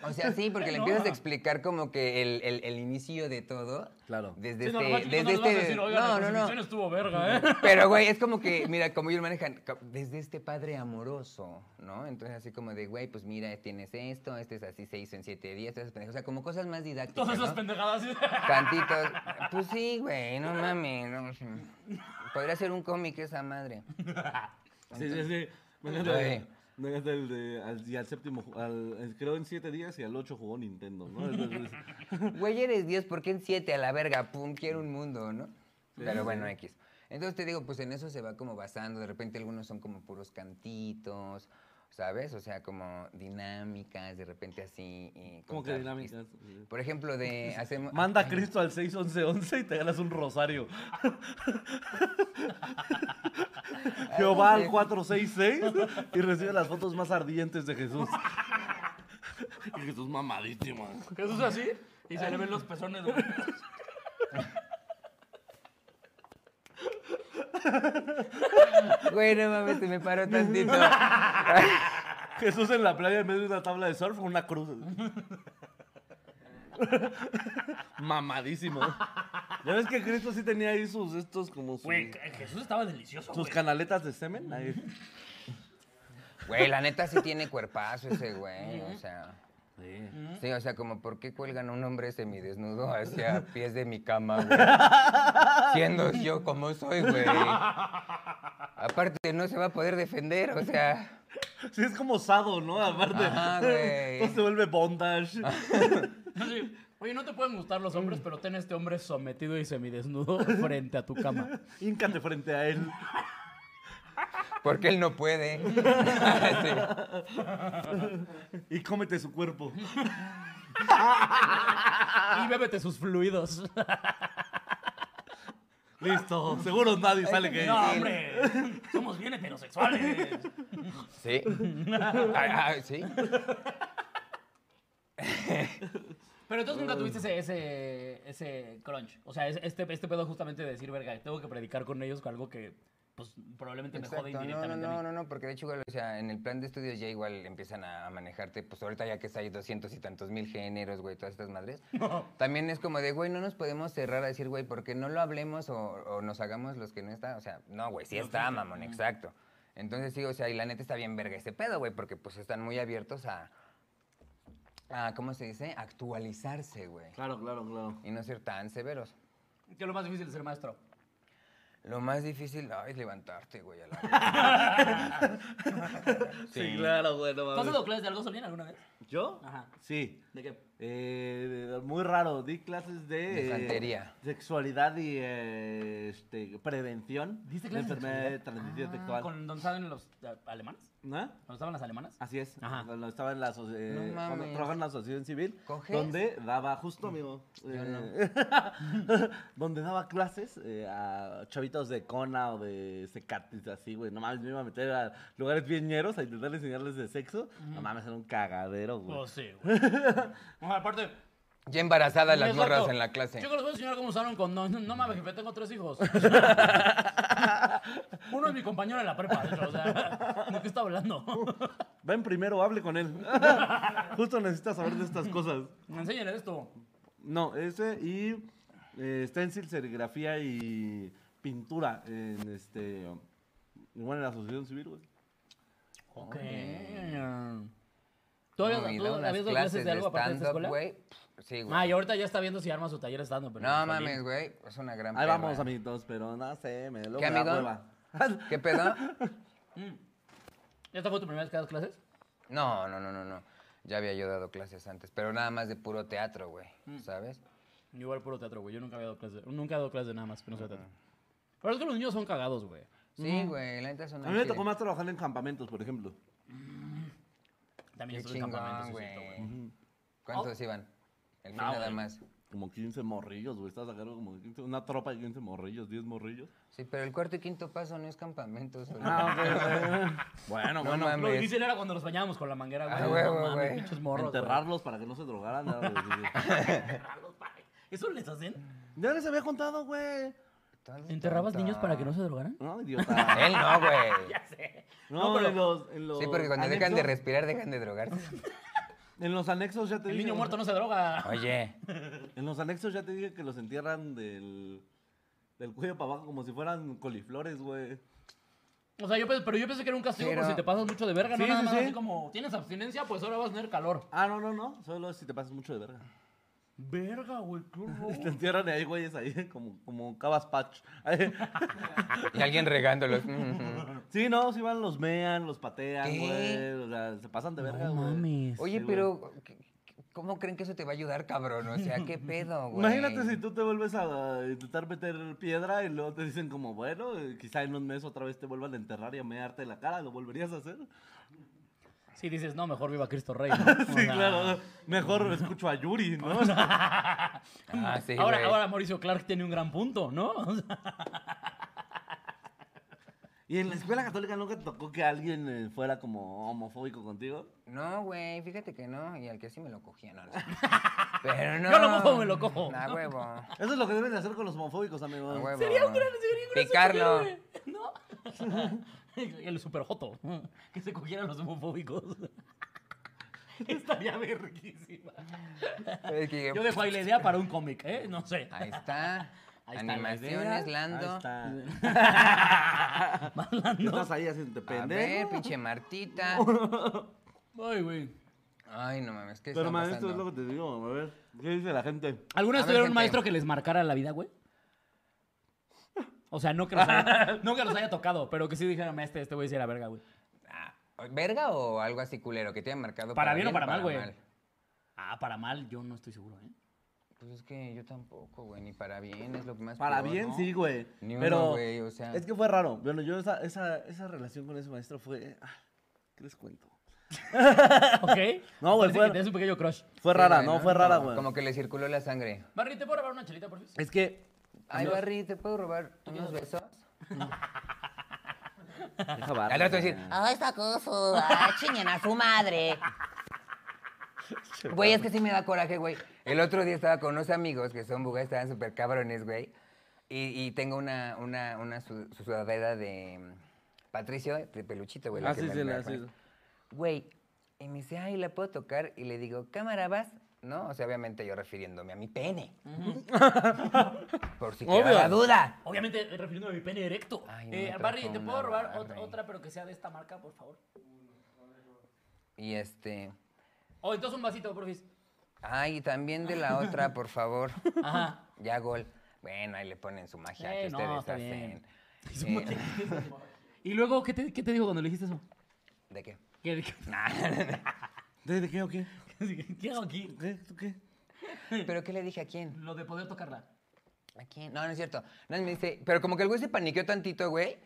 O sea, sí, porque le
No.
empiezas a explicar como que el, el- el inicio de todo.
Claro.
Desde
Sí, no,
este,
lo más chiquito
desde
no les vas a
este-
decir, "Oigan, la
no, no, no.
crucifixión estuvo verga, ¿eh?
Pero, güey, es como que, mira, como ellos manejan, ca- desde este padre amoroso, ¿no? Entonces, así como de, güey, pues mira, tienes esto, este es así, se hizo en siete días, todas esas pendejadas. o sea, como cosas más didácticas.
Todas esas
¿no?
pendejadas.
Tantitos. Pues sí, güey, no mames. no, sí. Podría ser un cómic esa madre.
Sí, sí, sí. Me encanta,
Ay.
me encanta el de. Al, y al séptimo. ju- al- el- creo en siete días y al ocho jugó Nintendo, ¿no? Entonces,
Güey, eres Dios, ¿por qué en siete a la verga? Pum, quiero un mundo, ¿no? Pero bueno, X. Entonces te digo, pues en eso se va como basando. De repente algunos son como puros cantitos, ¿sabes? O sea, como dinámicas, de repente así. y
como que
contar-
dinámicas.
Por ejemplo, de hacemos.
Manda a Cristo al 61111 y te ganas un rosario. Jehová al 466 y recibe las fotos más ardientes de Jesús. Y Jesús mamadísimo.
Jesús así y se le ven los pezones. güey.
Güey, no mames, se me paró tantito.
Jesús en la playa en medio de una tabla de surf con una cruz. mamadísimo. Ya ves que Cristo sí tenía ahí sus estos como sus,
Güey, Jesús estaba delicioso,
sus
güey.
canaletas de semen. Ahí.
Güey, la neta sí tiene cuerpazo ese güey, o sea. Sí, o sea, como ¿por qué cuelgan a un hombre semidesnudo hacia pies de mi cama, güey? Siendo yo como soy, güey. Aparte, no se va a poder defender, o sea.
Sí, es como sado, ¿no? Aparte.
Ajá, güey.
Todo se vuelve bondage.
Así, Oye, no te pueden gustar los hombres, pero ten a este hombre sometido y semidesnudo frente a tu cama.
Híncate frente a él.
Porque él no puede. Sí.
Y cómete su cuerpo.
Y bébete sus fluidos.
Listo. Seguro nadie sale que.
No, hombre. Somos bien heterosexuales.
Sí. Ah, ah, sí.
Pero entonces nunca tuviste ese, ese, ese crunch. O sea, es- este, este pedo justamente de decir, verga, tengo que predicar con ellos con algo que, pues, probablemente me
Exacto,
jode
no, no,
indirectamente. a
no,
mí.
no, no, porque de hecho, igual, o sea, en el plan de estudios ya igual empiezan a manejarte, pues ahorita ya que hay 200 y tantos mil géneros, güey, todas estas madres, también es como de, güey, no nos podemos cerrar a decir, güey, porque no lo hablemos o, o nos hagamos los que no están, o sea, no, güey, sí está, mamón, exacto. Entonces sí, o sea, y la neta está bien verga este pedo, güey, porque pues están muy abiertos a, a ¿cómo se dice? Actualizarse, güey,
Claro, claro, claro.
y no ser tan severos.
¿Qué es lo más difícil de ser maestro?
Lo más difícil, ay, es levantarte, güey, a la
Sí, claro, güey. no
¿Tú has
mames.
dado clases de algo solín alguna vez?
¿Yo?
Ajá.
Sí.
¿De qué?
Eh, de- muy raro, di clases de,
De
eh,
santería.
sexualidad y eh, este, prevención
¿Diste
de
clases de Ah,
enfermedad de transmisión sexual.
¿Con dónde estaban los eh, alemanes?
¿No?
¿Dónde estaban las alemanas?
Así es.
Ajá.
Cuando estaba en la aso- eh,
No
cuando
mames.
trabajaba en la asociación civil,
¿Coges?
donde daba justo amigo, eh, donde daba clases eh, a chavitos de cona o de secatis así, güey. No mames, me iba a meter a lugares bien ñeros a intentar enseñarles de sexo. No mames, era un cagadero, güey.
Pues sí, güey. Bueno, aparte.
Ya embarazadas las
les
morras
digo,
en la clase.
Yo que les voy a enseñar cómo usaron condón. No, mames, jefe, tengo tres hijos. Uno es mi compañero en la prepa, de hecho, o sea, ¿de qué está hablando?
Ven primero, hable con él. Justo necesitas saber de estas cosas.
Enséñale esto.
No, ese y eh, stencil, serigrafía y pintura en este. Bueno, en la asociación civil, güey.
Ok. ¿Tú habías,
No, y
tú
da unas
habías dado clases de algo aparte de esta
stand-up,
escuela?
güey. Pff, Sí, güey.
Ah, y ahorita ya está viendo si arma su taller estando. Pero
no
solín.
mames, güey. Es una gran
Ahí
perra.
vamos, amiguitos, pero no sé, me lo
¿Qué,
me da
amigo?
hueva.
¿Qué pedo?
¿Esta fue tu primera vez que das clases?
No, no, no, no, no. Ya había yo dado clases antes, pero nada más de puro teatro, güey.
Mm.
¿Sabes?
Yo Igual puro teatro, güey. Yo nunca había dado clases. Nunca he dado clases de nada más que no sea teatro. Pero es que los niños son cagados, güey.
Sí, güey. La neta es una.
A mí me tocó más trabajar en campamentos, por ejemplo.
También
Qué
estoy en campamentos,
chingón,
es cierto,
güey.
güey. Oh.
¿Cuántos iban? El fin
No,
nada
güey.
más.
Como 15 morrillos, güey. Estás sacando como 15 una tropa de 15 morrillos, 10 morrillos.
Sí, pero el cuarto y quinto paso no es campamentos. güey.
Bueno,
Ah, No
bueno.
Lo
mames.
difícil era cuando los bañábamos con la manguera, güey.
Ah, güey,
No
güey,
mames,
güey.
pinches morros, güey.
enterrarlos para que no se drogaran. era lo difícil.
Enterrarlos, padre. ¿Eso les hacen?
Ya les había contado, güey.
Todo
¿Enterrabas
tonto.
niños para que no se drogaran?
No, idiota.
Él no, güey.
Ya sé.
No,
No, pero
en los, en los
Sí, porque cuando dejan de
anexos-
respirar, dejan de drogarse.
En los anexos ya te
el
dije.
niño muerto no se droga.
Oye,
En los anexos ya te dije que los entierran del. Del cuello para abajo como si fueran coliflores, güey.
O sea, yo pensé, pero yo pensé que era un castigo
Pero-
por si te pasas mucho de verga, no
Sí,
nada
sí,
más
sí.
así como tienes abstinencia, pues ahora vas a tener calor.
Ah, no, no, no. Solo si te pasas mucho de verga.
Verga, güey, qué horror.
Te entierran y hay güeyes ahí como, como cabas patch. Ahí-
y alguien regándolos. Mm.
Sí, no, si van, los mean, los patean,
¿Qué?
güey. O sea, se pasan de verga,
No
güey.
mames.
Oye,
Sí, güey.
pero ¿qué- qué- ¿cómo creen que eso te va a ayudar, cabrón? O sea, ¿qué pedo, güey?
Imagínate si tú te vuelves a intentar meter piedra y luego te dicen como, bueno, eh, quizá en un mes otra vez te vuelvan a enterrar y a mearte la cara, ¿lo volverías a hacer?
Sí, dices, no, mejor viva Cristo Rey. ¿no? O
sí,
sea,
claro. Mejor escucho a Yuri, ¿no?
Ah, sí,
ahora,
güey.
ahora Mauricio Clark tiene un gran punto, ¿no? O sea,
¿Y en la escuela católica nunca te tocó que alguien eh, fuera como homofóbico contigo?
No, güey, fíjate que no. Y al que sí me lo cogía, no. no sé. Pero no.
Yo lo mojo, me lo cojo.
A huevo. A
Eso es lo que deben de hacer con los homofóbicos,
Ah,
amigos.
huevo.
sería un gran, sería un gran
Picarlo.
superhéroe, ¿No? El superjoto. Que se cogiera a los homofóbicos. Estaría verguísima.
Es que-
Yo dejo ahí la idea para un cómic, ¿eh? No sé.
Ahí está.
Ahí está la
Animaciones,
idea.
Lando.
Ahí está.
Malando.
Estás ahí haciendo
A ver,
pendejo.
pinche Martita.
Ay, güey.
Ay, no mames, ¿qué está
Pero, man, esto
pasando?
es lo que te digo. A ver, ¿qué dice la gente?
¿Alguna
A ver,
vez tuvieron
gente.
un maestro que les marcara la vida, güey? O sea, no que los haya, no que los haya tocado, pero que sí dijeron, este, este güey sí era verga, güey.
Ah, ¿Verga o algo así culero que te haya marcado?
Para bien o para mal, güey. Ah, para mal, yo no estoy seguro, ¿eh?
Pues es que yo tampoco, güey, ni para bien es lo más
Para
peor,
bien,
¿no?
sí, güey.
Ni uno,
Pero
güey, o sea.
es que fue raro. Bueno, yo esa, esa, esa relación con ese maestro fue... ah, ¿Qué les cuento?
¿Ok?
No, güey,
Parece
fue-
que Tienes un pequeño crush.
Fue
Sí,
rara,
güey,
no, fue rara, güey.
Como que le circuló la sangre.
Barry, ¿te puedo robar una chelita, por favor?
Es que...
Ay, Barry, ¿te puedo robar unos besos?
Deja
Al rato decir,
Ay, está acoso. Ay, chinguen a su madre.
Güey, es que sí me da coraje, güey. El otro día estaba con unos amigos que son bugas, estaban súper cabrones, güey. Y, y tengo una, una, una su- su sudadera de mm, Patricio, de peluchito, güey. la
Ah,
que
sí,
me-
sí,
me
la-
la pones.
sí.
Güey, y me dice, ay, ¿la puedo tocar? Y le digo, cámara, vas. ¿No? O sea, obviamente yo refiriéndome a mi pene. Por si
Obvio.
quedaba la duda.
Obviamente, eh, refiriéndome a mi pene erecto.
Ay, no
Eh,
me trajo
Barry, ¿te
una,
puedo robar ot-
Barry.
otra, pero que sea de esta marca, por favor?
Y este.
O Oh, entonces un vasito, porfis.
Ay, y también de la otra, por favor.
Ajá.
Ya gol. Bueno, ahí le ponen su magia que
Eh, no,
ustedes
está
hacen.
bien.
Eh,
Y luego, ¿qué te, ¿qué te dijo cuando le dijiste eso?
¿De qué?
¿Qué, qué,
¿De, de qué o qué?
qué, qué hago aquí?
¿Qué? ¿Tú qué?
¿Pero qué le dije a quién?
Lo de poder tocarla.
¿A quién? No, no es cierto. No, me dice, pero como que el güey se paniqueó tantito, güey.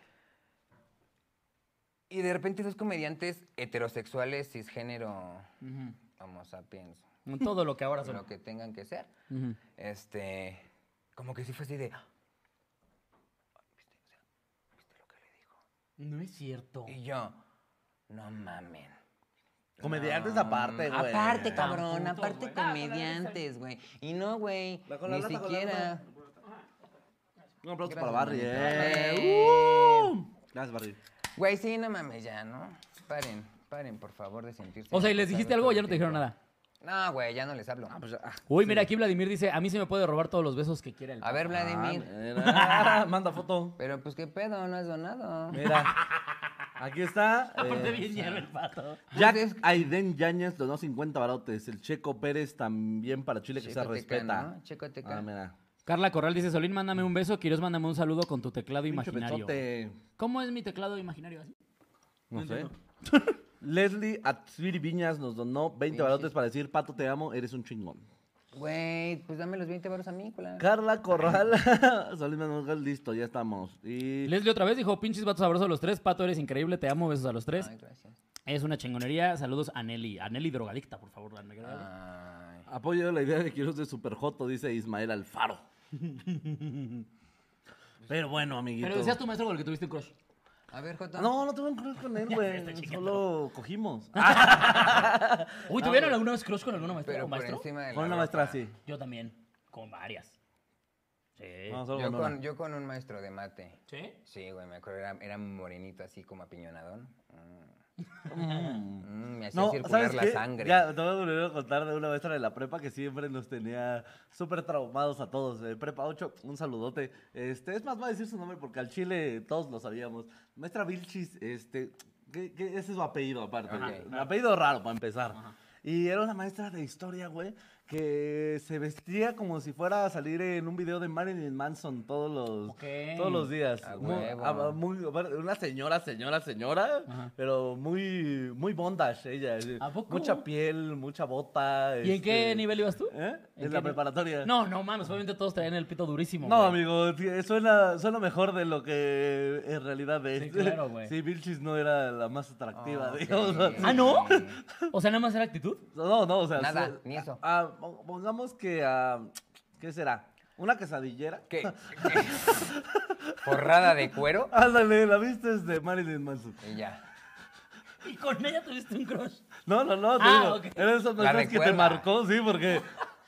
Y de repente dos comediantes heterosexuales, cisgénero, homo sapiens,
Con Todo lo que ahora son.
lo que tengan que ser.
Ujú.
Este, como que sí fue así de... "Ah".
No es cierto.
Y yo, no mamen.
Comediantes
No,
aparte,
no,
güey.
Ah, Aparte,
Tan
cabrón,
putos,
aparte
güey.
comediantes, güey. Y no, güey,
La con la
ni
lata, con la
siquiera...
lata. Un aplauso
Gracias,
para Barry,
manita.
eh.
Güey.
Uh. Gracias, Barry.
Güey, sí, no mames, ya, ¿no? Paren, paren, por favor, de sentirse.
O sea, ¿y les dijiste
acusados
algo o
todo
ya
el
no te dijeron
tiempo.
nada?
No, güey, ya no les hablo.
Pues, ah,
Uy, mira, aquí Vladimir dice, a mí se me puede robar todos los besos que quiera el...
A ver, Vladimir.
ah, mira. Manda foto.
Pero pues qué pedo, no has donado.
Mira. Aquí está. eh,
hierro el pato.
Jack
Pues es-
Aiden Yáñez donó 50 barotes. El Checo Pérez también para Chile que se
Checo Teca,
respeta.
¿no? Checo Teca.
Ah, mira.
Carla Corral dice, Solín, mándame un beso, Quiroz, mándame un saludo con tu teclado
Pinche
imaginario.
pezote.
¿Cómo es mi teclado imaginario así?
No sé. Leslie Atsiri Viñas nos donó 20 barotes para decir, Pato, te amo, eres un chingón.
Güey, pues dame los 20 baros a mí, culá.
Carla Corral. Solís Manuel Gal, listo, ya estamos. Y
Leslie otra vez dijo, pinches vatos sabrosos a los tres, Pato, eres increíble, te amo, besos a los tres.
Ay, gracias.
Es una chingonería, saludos a Nelly. A Nelly drogadicta, por favor. la
Ah,
negra.
Ay.
apoyo la idea de Quiroz de Superjoto, dice Ismael Alfaro. Pero bueno, amiguito.
Pero decías tu maestro con el que tuviste un crush.
Ah,
A ver, Jota.
No, no tuve un crush con él, güey. Solo cogimos.
Uy, ¿tuvieron alguna vez crush con alguno maestro?
pero
o
por
maestro?
encima de la
Con una
ropa.
maestra así.
Yo también. Con varias. Sí.
No, solo
Yo
con una.
con, yo con un maestro de mate.
¿Sí?
Sí, güey, me acuerdo, era, era morenito así como apiñonadón. Mm. Mm, me hacía
No,
circular
¿sabes
la
qué?
sangre.
Ya, te voy a volver a contar de una maestra de la prepa que siempre nos tenía súper traumados a todos. Eh, prepa 8, un saludote. Este, es más, voy a decir su nombre porque al chile todos lo sabíamos. Maestra Vilchis, este, ¿qué- qué? ese es su apellido aparte.
Ajá,
Un apellido raro para empezar. Y era una maestra de historia, güey, que se vestía como si fuera a salir en un video de Marilyn Manson todos los,
Ok.
todos los días.
A
Muy-
huevo.
a- muy- una señora, señora, señora, pero muy, muy bondage ella. así,
¿A poco?
Mucha piel, mucha bota.
¿Y en qué
este,
nivel ibas tú?
¿Eh?
¿En
En,
qué
la
ni-
preparatoria.
No, no mames, obviamente todos traían el pito durísimo.
No,
güey.
amigo, t- suena, suena mejor de lo que en realidad es.
Sí, claro, güey.
Sí, Vilchis no era la más atractiva,
Ok.
digamos. así.
¿Ah, no? O sea, nada más era actitud.
No, no, o sea.
Nada,
su-
ni eso.
ah, pon- pongamos que. ah, ¿Qué será? ¿Una quesadillera?
¿Qué? ¿Qué? ¿Forrada de cuero?
Ándale, la viste es de Marilyn Manson.
Y ya.
Y con ella tuviste un crush.
No, no, no, te
Ah,
digo,
ok.
era de esas
La
maestras que te
recuerda.
marcó, sí, porque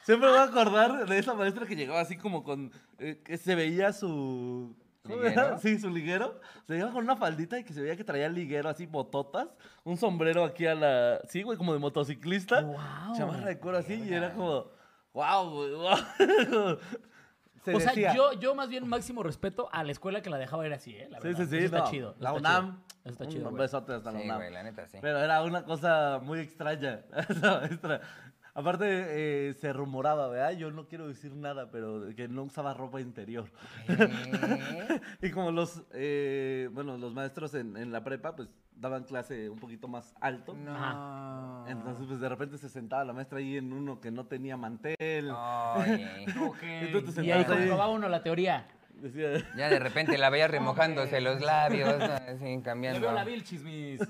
siempre me voy a acordar de esa maestra que llegaba así como con, eh, que se veía su... ¿cómo era?
¿Liguero?
Sí, su liguero. Se llegaba con una faldita y que se veía que traía liguero así, bototas, un sombrero aquí a la... Sí, güey, como de motociclista.
Guau.
Chamarra de cuero así y era como... ¡Wow, güey! guau". Se
o sea,
decía,
yo, yo más bien máximo respeto a la escuela que la dejaba ir así, ¿eh? La
Sí,
verdad.
sí, sí.
Eso está
no,
chido. eso
La
está
UNAM.
chido, eso está
un
chido. güey.
besote hasta la
Sí,
UNAM.
güey, la neta, sí.
Pero era una cosa muy extraña. esa maestra. Aparte, eh, se rumoraba, ¿verdad? Yo no quiero decir nada, pero que no usaba ropa interior.
¿Qué?
Y como los, eh, bueno, los maestros en, en la prepa, pues daban clase un poquito más alto.
No.
Entonces, pues de repente se sentaba la maestra ahí en uno que no tenía mantel.
Oye.
Entonces,
Y ahí
sentabas ahí,
comprobaba uno la teoría.
decía,
Ya de repente la veía remojándose los labios, ¿no? así
Le
cambiando.
veo la Vilchis, mis.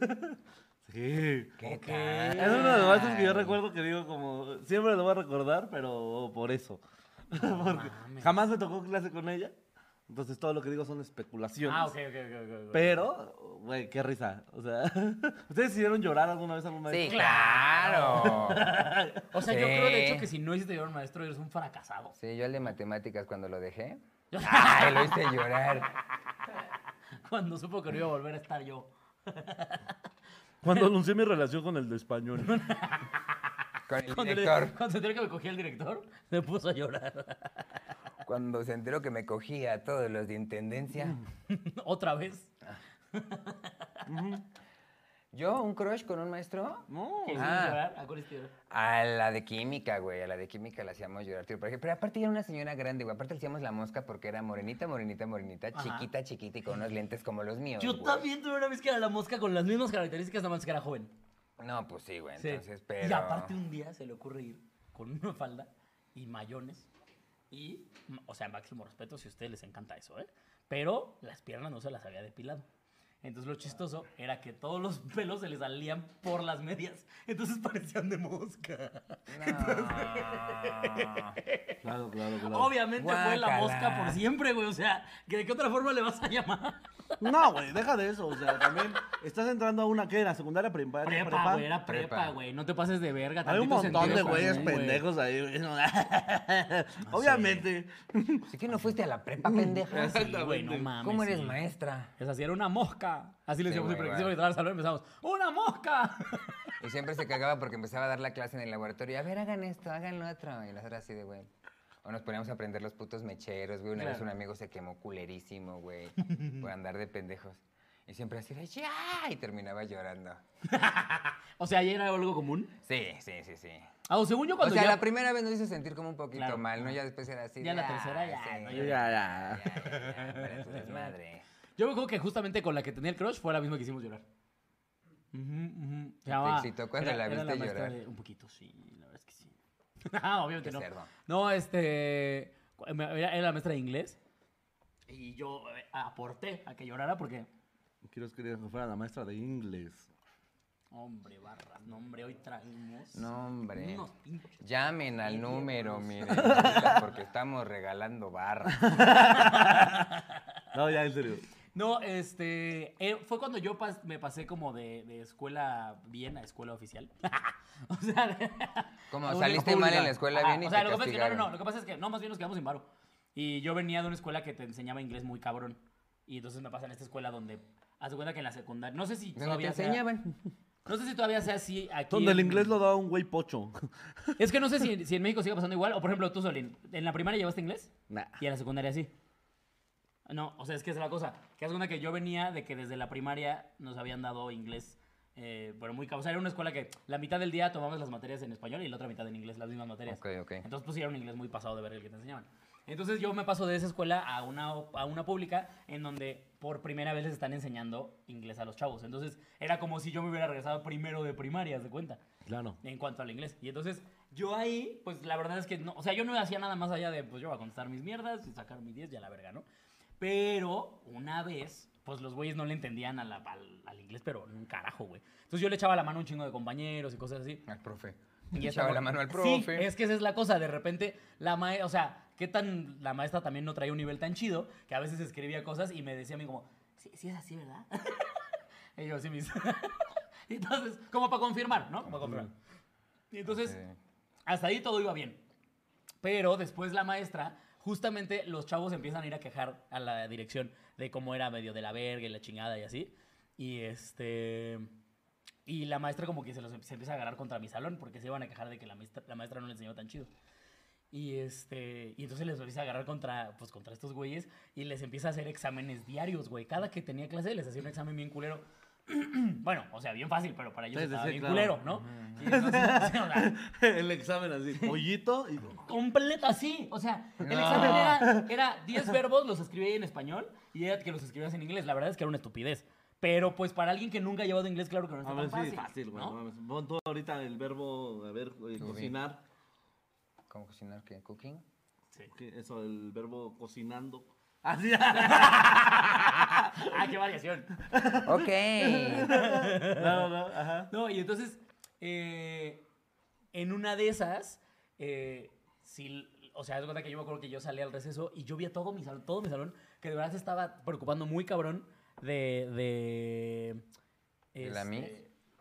sí.
¿Qué tal?
Es uno de los maestros que yo recuerdo que digo como, siempre lo voy a recordar, pero por eso. Porque
Ah,
jamás me tocó clase con ella, entonces todo lo que digo son especulaciones.
Ah, ok, ok, ok. ok, ok.
Pero, güey, qué risa. O sea, ¿ustedes hicieron llorar alguna vez a algún
Sí,
maestro?
claro.
O sea, yo creo de
Sí.
hecho que si no hiciste llorar a un maestro, eres un fracasado.
Sí, yo al de matemáticas cuando lo dejé. Ay, lo hice llorar.
Cuando supo que no iba a volver a estar yo.
Cuando anuncié mi relación con el de español.
Con el
Cuando, le-
director.
cuando se enteró que me cogía el director, me puso a llorar.
Cuando se enteró que me cogía a todos los de intendencia.
Mm.
Otra vez.
Yo, un crush con un maestro.
No.
¿Qué hiciste
Ah.
llorar? ¿A cuál hiciste llorar?
A la de química, güey. A la de química la hacíamos llorar, tío. Porque- Pero aparte era una señora grande, güey. Aparte le hacíamos la mosca porque era morenita, morenita, morenita,
Ajá.
chiquita, chiquita y con unos lentes como los míos.
Yo
güey.
también tuve una vez que era la mosca con las mismas características, nada más que era joven.
No, pues sí, güey.
Sí.
Entonces, pero.
Y aparte un día se le ocurre ir con una falda y mayones y, mm, o sea, máximo respeto si a ustedes les encanta eso, ¿eh? Pero las piernas no se las había depilado. Entonces lo chistoso era que todos los pelos se les salían por las medias. Entonces parecían de mosca.
No.
Claro, claro, claro.
Obviamente fue la
Guácala.
mosca por siempre, güey. O sea, que ¿de qué otra forma le vas a llamar?
No, güey, deja de eso. O sea, también estás entrando a una que era secundaria primaria.
Prepa, güey. Era prepa,
Prepa.
güey. No te pases de verga.
Hay un
tantito
montón de
sentido
güeyes
común, güey.
pendejos ahí. güey. Obviamente.
¿Sí que no fuiste a la prepa, pendeja?
Sí, güey, no mames.
¿Cómo eres
sí.
maestra?
Es así, era una mosca. Así le
Sí,
decíamos
güey,
siempre.
güey.
Siempre que entraba al salón empezamos, ¡una mosca!
Y siempre se cagaba porque empezaba a dar la clase en el laboratorio. A ver, hagan esto, hagan lo otro. Y las otras así de, güey. O nos poníamos a aprender los putos mecheros, güey. Una vez
Claro.
un amigo se quemó culerísimo, güey. por andar de pendejos. Y siempre así de, ya. Y terminaba llorando.
o sea, ayer era algo común.
Sí, sí, sí, sí.
Ah, o según yo,
O
cuando
sea,
ya...
la primera vez nos hizo sentir como un poquito
Claro.
mal, ¿no? Ya después era así. de,
Ya la
"Ah,
tercera ya, no, yo
Ya,
ya,
ya.
ya, para tu desmadre".
Yo me acuerdo que justamente con la que tenía el crush fue la misma que hicimos llorar. Ujú, ujú. Se llamaba-
excitó cuando la viste
maestra
llorar?
de- Un poquito, sí. La verdad es que sí. Ah, obviamente
Qué
no.
cerdo.
No, este... cu- me- Era, era la maestra de inglés. Y yo eh, aporté a que llorara porque...
Quiero quería que fuera la maestra de inglés.
Hombre, barras. No, hombre, hoy traemos...
No, hombre.
Unos pinches.
Llamen al número, miren, porque estamos regalando barras.
No, ya, en serio.
No, este. eh, fue cuando yo pas- me pasé como de, de escuela bien a escuela oficial. o sea, de-
Como
a una
saliste mal en
pública.
la escuela
Ajá,
bien y
O sea,
te
lo que pasa es que no, no, no,
castigaron.
Lo que pasa es que no, más bien nos quedamos sin varo. Y yo venía de una escuela que te enseñaba inglés muy cabrón. Y entonces me pasa en esta escuela donde. Haz de cuenta que en la secundaria. No sé si
Donde te
todavía sea-
enseñaban.
No sé si todavía sea así aquí.
Donde el
en-
inglés lo daba un güey pocho.
Es que no sé si, si en México sigue pasando igual. O por ejemplo, tú, Solín, ¿en la primaria llevaste inglés?
Nah.
Y en la secundaria sí. No, o sea, es que esa es la cosa. Que es una que yo venía de que desde la primaria nos habían dado inglés, eh, pero muy cabrón. O sea, era una escuela que la mitad del día tomabas las materias en español y la otra mitad en inglés, las mismas materias.
Ok, ok.
Entonces, pues sí, era un inglés muy pasado de ver el que te enseñaban. Entonces, yo me paso de esa escuela a una, a una pública en donde por primera vez les están enseñando inglés a los chavos. Entonces, era como si yo me hubiera regresado primero de primaria, haz de cuenta
Claro.
en cuanto al inglés. Y entonces, yo ahí, pues la verdad es que no, o sea, yo no hacía nada más allá de, pues yo voy a contestar mis mierdas y sacar mi 10 ya la verga, ¿no? Pero una vez, pues los güeyes no le entendían a la- al, al inglés, pero un carajo, güey. Entonces yo le echaba la mano a un chingo de compañeros y cosas así.
Al profe.
Y
Y
esta
echaba
mor-
la mano al
Sí,
profe.
es que esa es la cosa. De repente, la maestra, o sea, qué tan la maestra también no traía un nivel tan chido que a veces escribía cosas y me decía a mí como, sí, sí es así, ¿verdad? y yo, sí, mis. Y entonces, como para confirmar, ¿no? Como para confirmar. Y entonces,
Ok.
hasta ahí todo iba bien. Pero después la maestra, justamente los chavos empiezan a ir a quejar a la dirección de cómo era medio de la verga y la chingada y así. Y este. Y la maestra, como que se, los, em- se empieza a agarrar contra mi salón porque se iban a quejar de que la maestra, la maestra no le enseñó tan chido. Y este, y entonces les empieza a agarrar contra, pues, contra estos güeyes y les empieza a hacer exámenes diarios, güey. Cada que tenía clase les hacía un examen bien culero. bueno, o sea, bien fácil, pero para ellos
Sí, sí,
estaba
sí,
bien
claro.
culero, ¿no? Y entonces, o sea,
el examen así, pollito y...
completo así. O sea, el examen era- era 10 verbos, los escribía ahí en español y era que los escribías en inglés. La verdad es que era una estupidez. Pero pues para alguien que nunca ha llevado inglés, claro que no
A
está
ver,
tan
sí,
fácil.
fácil, güey.
¿no?
no mames. Pon tú ahorita el verbo, a ver, eh,
Tú,
cocinar.
¿Cómo cocinar? ¿Qué? ¿Cooking?
¿Qué? Eso, el verbo cocinando. Así.
Ah, qué variación.
Ok.
no, no, ajá.
No, y entonces, eh, en una de esas, eh, sí, o sea, es verdad que yo me acuerdo que yo salí al receso y yo vi a todo mi salón, todo mi salón, que de verdad se estaba preocupando muy cabrón de... de
¿De la
este,
Miss?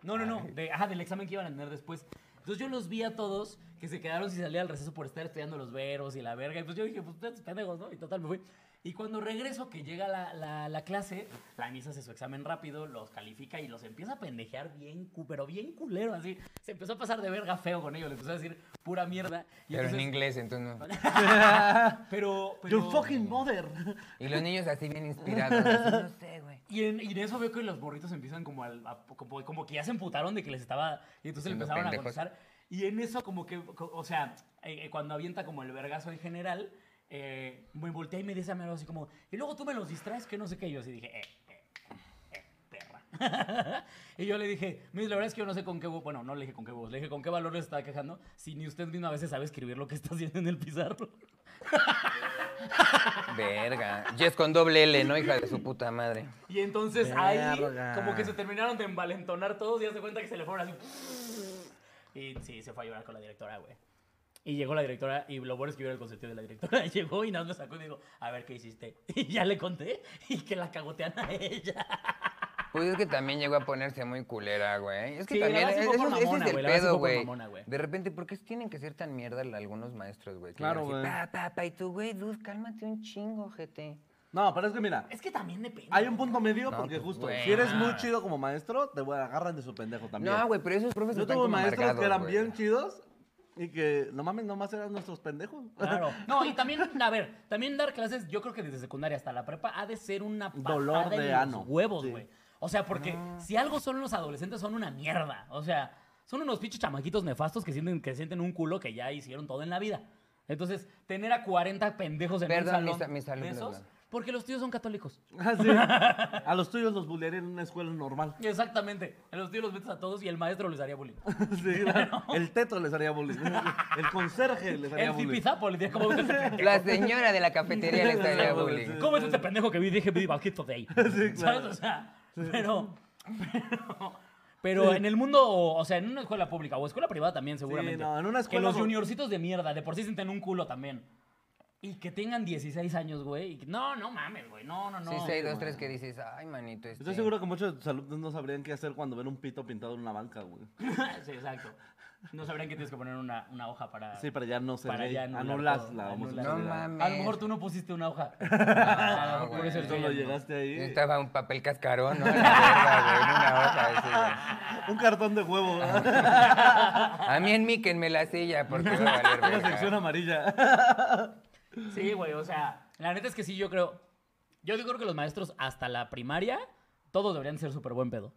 No, no, no,
Ay.
de- ajá, del examen que iban a tener después. Entonces yo los vi a todos que se quedaron sin salir al receso por estar estudiando los verbos y la verga. Y pues yo dije, pues ustedes pendejos, ¿no? Y total, me fui. Y cuando regreso, que llega la, la- la clase, la misa hace su examen rápido, los califica y los empieza a pendejear bien, cu- pero bien culero, así. Se empezó a pasar de verga feo con ellos, le empezó a decir pura mierda. Y
Pero en
entonces-
inglés, entonces no.
Pero, pero-
Your fucking mother.
Y los niños así bien inspirados. así, no sé, güey.
Y en, y en eso veo que los borritos empiezan como, al- a- como, como que ya se emputaron de que les estaba... Y entonces le
Siendo
empezaron a
pendejos.
contestar. Y en eso como que, co- o sea, eh, eh, cuando avienta como el vergazo en general, eh, me voltea y me dice a mí algo así como, y luego tú me los distraes que no sé qué. Y yo así dije, eh, eh, eh, perra. y yo le dije, "Miss, la verdad es que yo no sé con qué huevo, bueno, no le dije con qué huevos, le dije con qué valor les estaba quejando si ni usted misma a veces sabe escribir lo que está haciendo en el pizarro.
Verga. Jess con doble L, ¿no? Hija de su puta madre.
Y entonces
Verga.
ahí, como que se terminaron de envalentonar todos y se cuenta que se le fueron así. Y sí, se fue a llorar con la directora, güey. Y llegó la directora, y lo bueno es que yo era el consentido de la directora. Llegó y nada más me sacó y me dijo, a ver qué hiciste. Y ya le conté, y que la cagotean a ella.
Pues es que también llegó a ponerse muy culera, güey. Es que
Sí, la
también
verdad
es,
sí fue por
eso- ese
mamona,
es el
güey, la verdad sí
pedo,
fue por
güey.
mamona, güey.
De repente, ¿por qué tienen que ser tan mierda la- algunos maestros, güey? Que
Claro,
llegan
güey.
así, Pa, pa, pa, y tú, güey, dude, cálmate un chingo, gente.
No, pero es que mira,
Es que también depende.
hay un punto medio
No,
porque
pues,
justo,
güey.
si eres muy chido como maestro, te voy a agarran de su pendejo también.
No, güey, pero esos profes
Yo
están
tuve
como
maestros que
amargados,
eran
güey.
bien chidos y que, no mames, nomás eran nuestros pendejos.
Claro. No, y también, a ver, también dar clases, yo creo que desde secundaria hasta la prepa ha de ser una bajada
Dolor de
en los
ano.
huevos,
Sí. Ah.
güey. O sea, porque si algo son los adolescentes, son una mierda. O sea, son unos pinches chamaquitos nefastos que sienten, que sienten un culo que ya hicieron todo en la vida. Entonces, tener a 40 pendejos en
Perdón,
un
mis-
salón
mis
de
alumnos,
esos,
no.
porque los tíos son católicos.
Ah, sí. A los tuyos los bullearía en una escuela normal.
Exactamente. A los tíos los metes a todos y el maestro les haría bullying.
Sí, claro. El teto les haría bullying. El conserje les haría
El
bullying.
tipizapo le diría, ¿cómo es
La señora de la cafetería le está
Sí,
ya
güey, sí.
bullying.
¿Cómo es este pendejo que vi? Dije, vi bajito de ahí. ¿Sabes? O sea, pero... Pero, pero en el mundo, o, o sea, en una escuela pública o escuela privada también seguramente.
no, en una escuela
Que los
no-
juniorcitos de mierda, de por sí sienten un culo también. Y que tengan 16 años, güey. y que- No, no mames, güey. No, no, no.
sí, sí, hay dos, tres que dices, ay, manito, este...
Estoy seguro que muchos de tus alumnos no sabrían qué hacer cuando ven un pito pintado en una banca, güey.
sí, exacto. No sabrán que tienes que poner una, una hoja para.
Sí, para ya no se
Para
ve.
ya anular
Anulas
todo,
la
anular.
homosexualidad.
No mames.
A lo mejor tú no pusiste una hoja.
Ah,
A lo mejor por eso
güey.
el tuyo
Solo
no.
llegaste ahí.
Estaba un papel cascarón, ¿no? En la verga, güey, en una hoja, así, güey.
Un cartón de huevo.
Ah.
¿verdad?
A mí en mí, que en la silla, porque va a valer
Una
verga.
sección amarilla.
Sí, güey, o sea, la neta es que sí, yo creo. Yo digo creo que los maestros hasta la primaria, todos deberían ser súper buen pedo.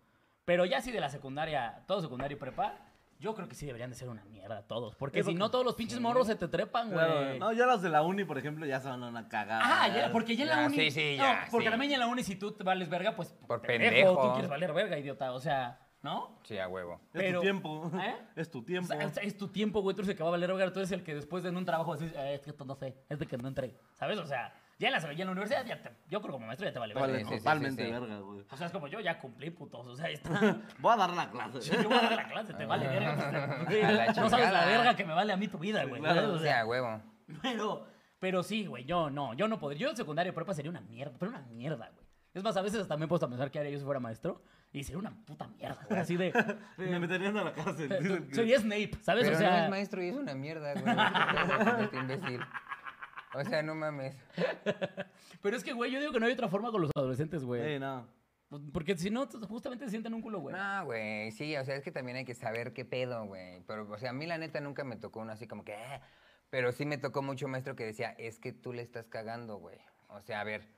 Pero ya sí de la secundaria, todo secundaria y prepa, yo creo que sí deberían de ser una mierda todos. Porque
Es lo
si
que-
no, todos los pinches morros se te trepan, güey.
Claro, no, ya los de la uni, por ejemplo, ya se van a una cagada.
Ah, ya, porque ya en la
Ya,
uni.
sí, sí, ya,
no, porque
sí.
también ya en la uni, si tú te vales verga, pues.
Por pendejo.
Tú quieres valer verga, idiota. O sea, ¿no?
Sí, a huevo.
Es
pero-
tu tiempo.
¿Eh?
Es tu
O
tiempo.
sea, es- es tu tiempo, güey. Tú eres el que va a valer verga. Tú eres el que después de en un trabajo decís, "Eh, es que esto no sé, es de que no entré. ¿Sabes? O sea, ya en la, ya en la universidad, ya te- yo creo que como maestro ya te vale verga.
Vale,
sí, sí,
totalmente
sí, sí.
verga, güey.
O sea, es como yo ya cumplí, putos. O sea, está.
Voy a dar la clase.
Sí, yo voy a dar la clase, te vale verga. pues, te-
Ah. A la
no sabes la
chingada.
verga que me vale a mí tu vida, güey.
claro,
¿sabes? O
Sí,
sea,
a huevo.
pero, pero sí, güey, yo no, yo no podría. Yo en secundaria y prepa sería una mierda, pero una mierda, güey. Es más, a veces hasta me he puesto a pensar que haría yo si fuera maestro y sería una puta mierda, güey. Así de. eh,
Me meterían a la cárcel. dicen que-
Sería Snape, ¿sabes?
Pero
o sea,
no es maestro y es una mierda, güey. Este imbécil. O sea, no mames.
pero es que, güey, yo digo que no hay otra forma con los adolescentes, güey. pues,
Sí, no.
Porque si no, justamente se sienten un culo, güey.
No, güey, sí, o sea, es que también hay que saber qué pedo, güey. Pero, o sea, a mí la neta nunca me tocó uno así como que... "Ah", Pero sí me tocó mucho maestro que decía, es que tú le estás cagando, güey. O sea, a ver,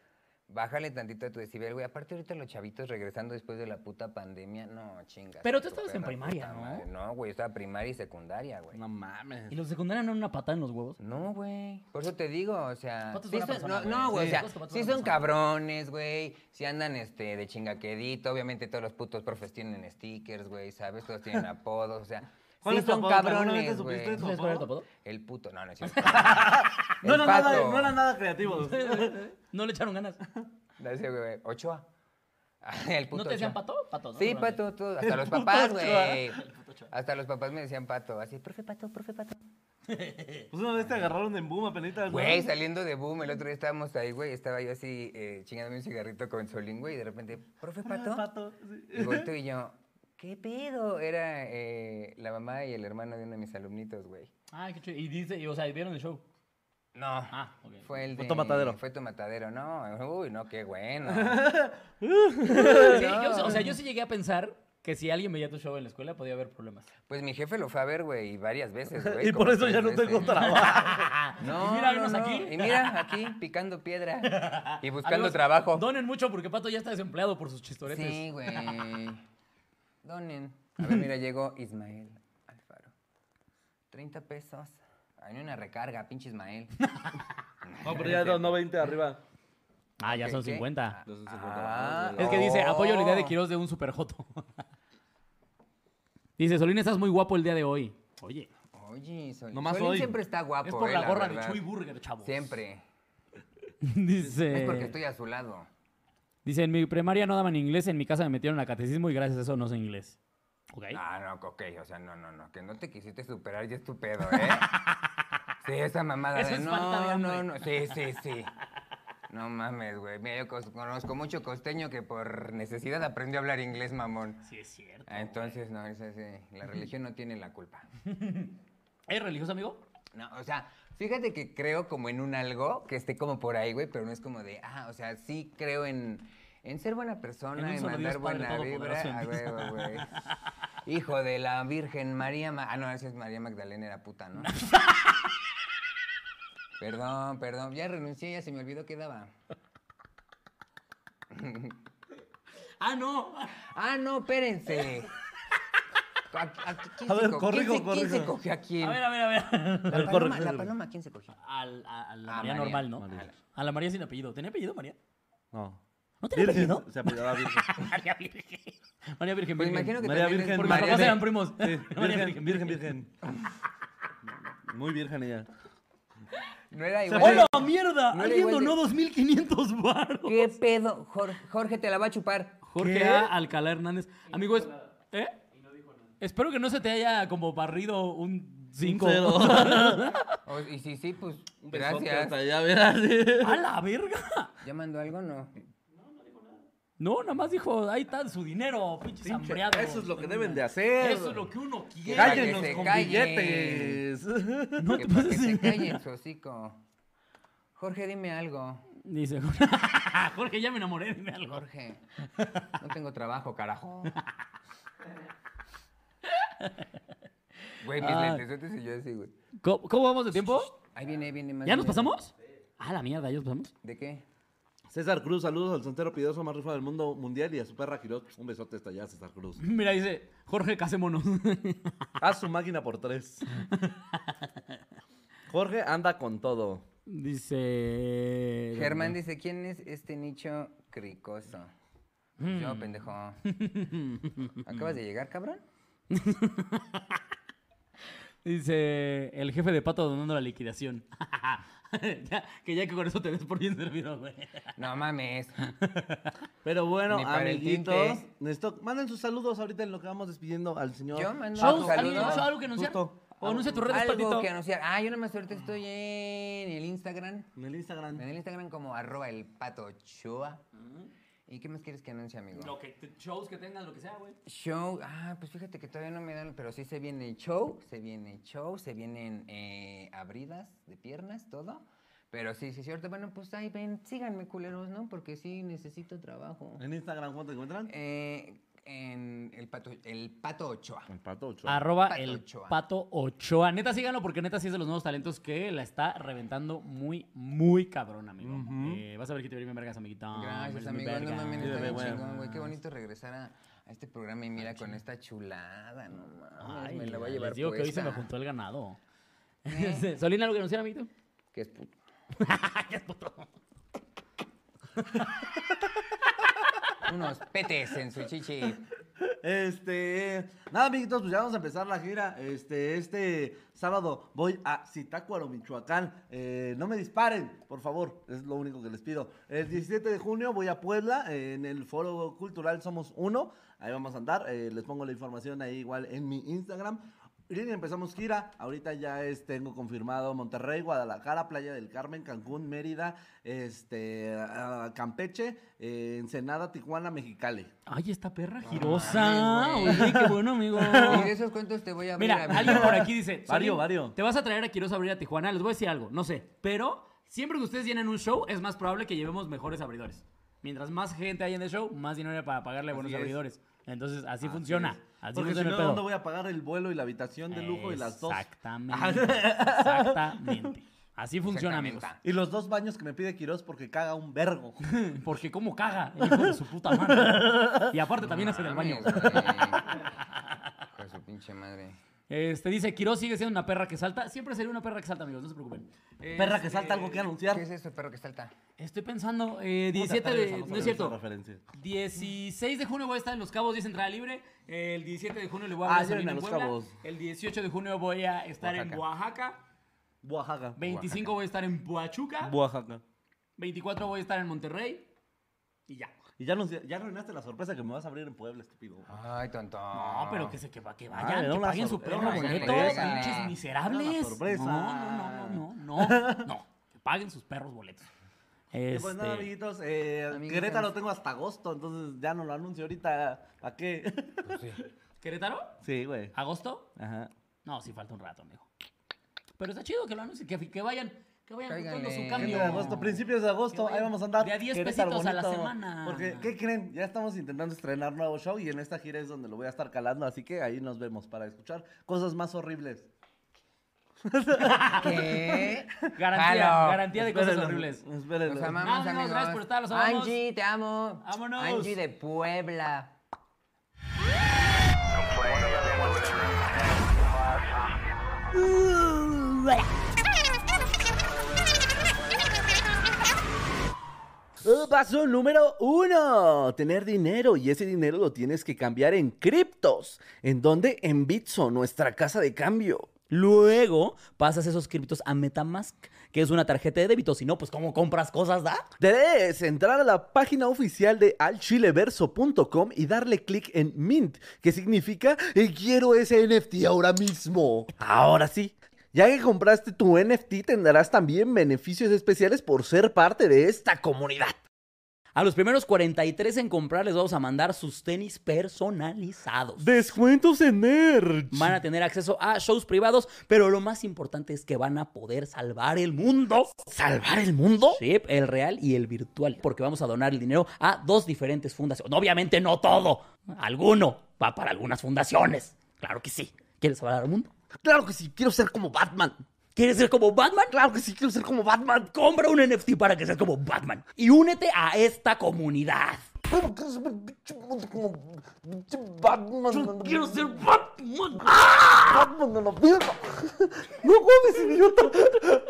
bájale tantito a tu decibel, güey. Aparte ahorita los chavitos regresando después de la puta pandemia, no, chingas.
Pero
a
tú
tu
estabas en
perra
primaria,
puta
¿no?
madre. No, güey, yo estaba primaria y secundaria, güey.
No mames.
Y los secundarios no una patada en los huevos.
No, güey. Por eso te digo, o sea.
Pato es
sí
buena
son-
persona,
no, no, güey.
güey. Sí.
O sea,
Pato es buena
sí son
persona.
cabrones, güey. Si andan este, de chingaquedito. Obviamente todos los putos profes tienen stickers, güey, ¿sabes? Todos tienen apodos, o sea.
¿Cuál
sí
es tu
son
apodo? ¿Alguna vez te
cabrones,
supiste
güey.
¿Tú sabes cuál era tu apodo?
El puto, no, no es cierto.
No
El
eran nada,
pato.
no eran nada Pues creativos.
No le echaron ganas.
No, ese, güey, Ochoa. El puto
¿No te decían
Ochoa.
pato? Pato. ¿no?
Sí,
Seguramente.
pato, todo. Hasta los
puto
papás,
Ochoa.
güey.
puto Ochoa.
Hasta los papás me decían pato. Así, profe pato, profe pato.
Pues una vez te agarraron en boom, apenitas. ¿no?
Güey, saliendo de Boom, el otro día estábamos ahí, güey, estaba yo así eh, chingándome un cigarrito con Solín, güey, y de repente, profe Ah, Pato,
Pato, sí.
y volteo y yo, ¿qué pedo? Era eh, la mamá y el hermano de uno de mis alumnitos, güey.
Ah, qué chido. Y dice, y, o sea, vieron el show.
No.
Ah, ok.
Fue el de...
Fue Tomatadero.
Fue Tomatadero, no. Uy, no, qué bueno.
Sí, yo- o sea, yo sí llegué a pensar que si alguien veía tu show en la escuela podía haber problemas.
Pues mi jefe lo fue a ver, güey, y varias veces, güey.
Y
como
por eso
tres
ya no
veces.
tengo trabajo.
No,
y mira,
no,
venos
no.
aquí.
Y mira, aquí, picando piedra y buscando
Amigos,
trabajo.
Donen mucho porque Pato ya está desempleado por sus chistoretes.
Sí, güey. Donen. A ver, mira, llegó Ismael Alfaro. 30 pesos. Hay una recarga, pinche Ismael.
No, pero ya no, no 20 arriba.
Ah, ya son
¿Qué?
50.
No sé si
Ah,
cuenta.
Es que dice,
No.
apoyo la idea de Quiroz de un superjoto. dice, Solín, estás muy guapo el día de hoy. Oye,
Oye, Sol.
Nomás
Solín
hoy.
siempre está guapo.
es por
eh,
la gorra de
verdad.
Chuy Burger, chavo.
Siempre.
dice,
Eh.
Es porque estoy a su lado.
dice, en mi primaria no daban inglés, en mi casa me metieron a catecismo y gracias a eso no sé inglés. Ok.
Ah, no, ok, o sea, no, no, no. Que no te quisiste superar, ya es tu pedo, ¿eh? Sí, esa mamada
Eso
de
es
no,
falta de hambre".
no, no. Sí, sí, sí. No mames, güey. Mira, yo cos- conozco mucho costeño que por necesidad aprendió a hablar inglés, mamón.
Sí, es cierto.
Ah, entonces, no, esa sí, la religión no tiene la culpa.
¿Es religioso, amigo?
No, o sea, fíjate que creo como en un algo que esté como por ahí, güey, pero no es como de, ah, o sea, sí creo en, en ser buena
En un
persona, en,
solo
mandar
Dios, Padre
buena
Todopoderoso
vibra.
en
Ah, güey,
Dios.
güey, güey. Hijo de la Virgen María. Ma- ah, no, esa es María Magdalena, era puta, ¿no? perdón, perdón, ya renuncié, ya se me olvidó que daba.
Ah, no.
Ah, no, espérense. ¿A, a- quién
A
se
ver,
co-
corrijo,
quién se- ¿Quién se
corrijo.
cogió a quién?
A ver, a ver, a ver.
La
Al
paloma,
corrector.
la paloma, ¿quién se cogió?
Al- a, a la
A
María,
María,
normal, ¿no?
María.
A la María sin apellido. ¿Tenía apellido, María?
No.
¿No tenía
Virgen,
apellido?
Se apellidaba Virgen.
María Virgen. María Virgen.
Pues
Virgen.
imagino que
María
también
Virgen,
es
Porque
María
los papás
de-
eran primos.
Sí,
María
virgen, virgen, virgen. Muy virgen ella.
No era igual.
¡Hola, mierda!
no era
Alguien
igual de-
donó 2.500 baros.
¿Qué pedo? Jor- Jorge, te la va a chupar.
Jorge
¿Qué?
A. Alcalá Hernández. Amigo, es... ¿Eh? Espero que no se te haya como barrido un Cinco.
Cero.
O- y si sí, pues
Un besote hasta
gracias.
allá, verás.
¡A la verga!
¿Ya mandó algo no?
No, nada más dijo, ahí está su dinero, pinches hambreados.
Eso es lo que deben de hacer.
Eso es lo que uno
Que
quiere.
Calle.
Cállenos
Que se
con
callen.
billetes.
No
que
te
para que
pases
se
sin-
calle su hocico. Jorge, dime algo.
Dice, Jorge, ya me enamoré, dime algo.
Jorge, no tengo trabajo, carajo. Güey, mis
Ah.
lentesotes y yo así, güey.
¿Cómo, cómo vamos de tiempo?
Ahí viene, ahí viene más.
¿Ya nos
dinero.
pasamos? Ah, la mierda, ¿ya nos pasamos?
¿De qué?
César Cruz, saludos al santero pidoso más rifa del mundo mundial y a su perra Quiroz. Un besote hasta allá, César Cruz.
Mira, dice, Jorge, casémonos.
Haz su máquina por tres. Jorge anda con todo.
dice...
Germán dice, ¿quién es este nicho cricoso?
Mm.
Pues Yo, pendejo. ¿Acabas de llegar, cabrón?
Dice, el jefe de pato donando la liquidación. Ya, que ya que con eso te ves por bien servido, güey.
No mames.
Pero bueno,
Ni para el tinte.
amiguitos, necesito- manden sus saludos ahorita en lo que vamos despidiendo al señor.
Yo mando
Paco
un
¿Shows? ¿Alguien
saludo.
hizo
Quiroz.
algo que anunciar?
Justo.
O anuncia tus redes,
Algo
patito.
que anunciar. Ah, yo nomás ahorita estoy en el Instagram.
En el Instagram.
En el Instagram como arroba el pato Ochoa. ¿Y qué más quieres que anuncie, amigo?
Lo que te- shows que tengas, lo que sea, güey.
Show, ah, pues fíjate que todavía no me dan, pero sí se viene show, se viene show, se vienen eh, abridas de piernas, todo. Pero sí, sí es cierto. Bueno, pues ahí ven, síganme culeros, ¿no? Porque sí necesito trabajo.
En Instagram, ¿cómo te encuentran?
Eh, en el pato, el pato Ochoa.
El pato Ochoa.
Arroba
Pato
el
Ochoa.
pato Ochoa. Neta, síganlo porque neta sí es de los nuevos talentos que la está reventando muy, muy cabrón, amigo. Eh, vas a ver que te viene bien vergas, amiguito.
Gracias,
Eres Ah, muy
amigo.
verga.
No mames, está
Dile,
bien
güey.
chingón, güey. Qué bonito regresar a, a este programa y mira con esta chulada, no mames.
Ah, Ay,
me la voy a llevar
les digo que hoy se me
puesta. ¿Eh?
juntó el ganado. Solina, ¿algo que anunciar, amiguito?
Que es puto.
Ya es puto.
Unos petes en su chichi.
Este, nada, amiguitos, pues ya vamos a empezar la gira. Este, este sábado voy a Zitácuaro, Michoacán. Eh, no me disparen, por favor, es lo único que les pido. El 17 de junio voy a Puebla, eh, en el Foro Cultural Somos Uno. Ahí vamos a andar. eh, les pongo la información ahí igual en mi Instagram. Y empezamos gira. Ahorita ya es, tengo confirmado Monterrey, Guadalajara, Playa del Carmen, Cancún, Mérida, este, ah, Campeche, eh, Ensenada, Tijuana, Mexicali.
Ay, esta perra girosa.
mames, güey.
Oye, qué bueno, amigo.
Y de esos cuentos te voy a abrir
Mira,
amigo.
alguien por aquí dice,
Vario,
"Solín,
vario.
Te vas a traer a Quiroz a abrir a Tijuana, les voy a decir algo, no sé, pero siempre que ustedes llenen un show es más probable que llevemos mejores abridores. Mientras más gente hay en el show, más dinero hay para pagarle a buenos
es.
abridores. Entonces, así Ah, funciona. Así
Porque si
funciona
no,
el pedo.
¿dónde voy a pagar el vuelo y la habitación de lujo y las dos?
Exactamente. Exactamente. Así funciona, amigos.
Exactamente.
Y los dos baños que me pide Quirós porque caga un vergo.
Porque cómo caga el hijo de su puta madre. Y aparte también hace del baño.
Mames, güey. Hijo de su pinche madre.
Este dice, Quiroz sigue siendo una perra que salta. Siempre sería una perra que salta, amigos, no se preocupen. Este,
Perra que salta algo que anunciar.
¿Qué es eso, perro que salta?
Estoy pensando, eh,
¿Cómo te
17
atreves a
de... No es
saber esa
cierto.
referencia?
16 de junio voy a estar en Los Cabos, 10 entrada libre. El 17 de junio le voy a
Ah,
hablar
lleven
a
a
Los
Los Cabos.
El 18 de junio voy a estar en Oaxaca.
Oaxaca.
25 voy a estar en Puachuca.
Oaxaca.
24 voy a estar en Monterrey. Y ya.
Y ya, anunci- ya arruinaste la sorpresa que me vas a abrir en Puebla, estúpido.
Ay, tonto.
No, pero que se que, va- que
Ah,
vayan,
era
que
una
paguen su
sorpresa,
perro
era una
boleto,
sorpresa.
pinches
Era
miserables.
una sorpresa.
No, no, no, no, no, no, no. Que paguen sus perros boletos.
Y Pues nada,
Este,
amiguitos, eh,
Amigos,
Querétaro
amigos.
tengo hasta agosto, entonces ya no lo anuncio ahorita. ¿Para qué?
¿Querétaro?
sí, güey.
¿Agosto?
Ajá.
No, sí falta un rato, amigo. Pero está chido que lo anuncien, que, que vayan, que vayan
Cáiganle.
buscando su
Fin
cambio.
de agosto, principios de agosto,
Qué
ahí
bueno.
vamos a andar.
De a 10
Querétaro
pesitos a la
bonito.
semana.
Porque, ¿qué creen? Ya estamos intentando estrenar nuevo show y en esta gira es donde lo voy a estar calando, así que ahí nos vemos para escuchar cosas más horribles.
¿Qué?
Garantía,
Jalo.
garantía de cosas
Espérenlo,
horribles.
espérenlo.
Los amamos,
Nada, amigos,
amigos.
gracias por estar, los amamos.
Angie, te amo.
Vámonos.
Angie de Puebla.
Eh, Paso número uno, tener dinero y ese dinero lo tienes que cambiar en criptos. ¿En dónde? En Bitso, nuestra casa de cambio.
Luego pasas esos criptos a Metamask, que es una tarjeta de débito. Si no, pues ¿cómo compras cosas, da?
Debes entrar a la página oficial de alchileverso.com y darle clic en Mint, que significa eh, quiero ese NFT ahora mismo. Ahora sí. Ya que compraste tu NFT, tendrás también beneficios especiales por ser parte de este esta comunidad.
A los primeros 43 en comprar les vamos a mandar sus tenis personalizados.
Descuentos en merch.
Van a tener acceso a shows privados, pero lo más importante es que van a poder salvar el mundo.
¿Salvar el mundo?
Sí, el real y el virtual, porque vamos a donar el dinero a dos diferentes fundaciones. Obviamente no todo, alguno va para algunas fundaciones. Claro que sí. ¿Quieres salvar al mundo?
Claro que sí, quiero ser como Batman.
¿Quieres ser como Batman?
Claro que sí, quiero ser como Batman.
Compra un NFT para que seas como Batman y únete a esta comunidad.
Pero quiero ser pinche mundo como pinche Batman. Yo quiero ser Batman. Batman de la verga. No mames, idiota.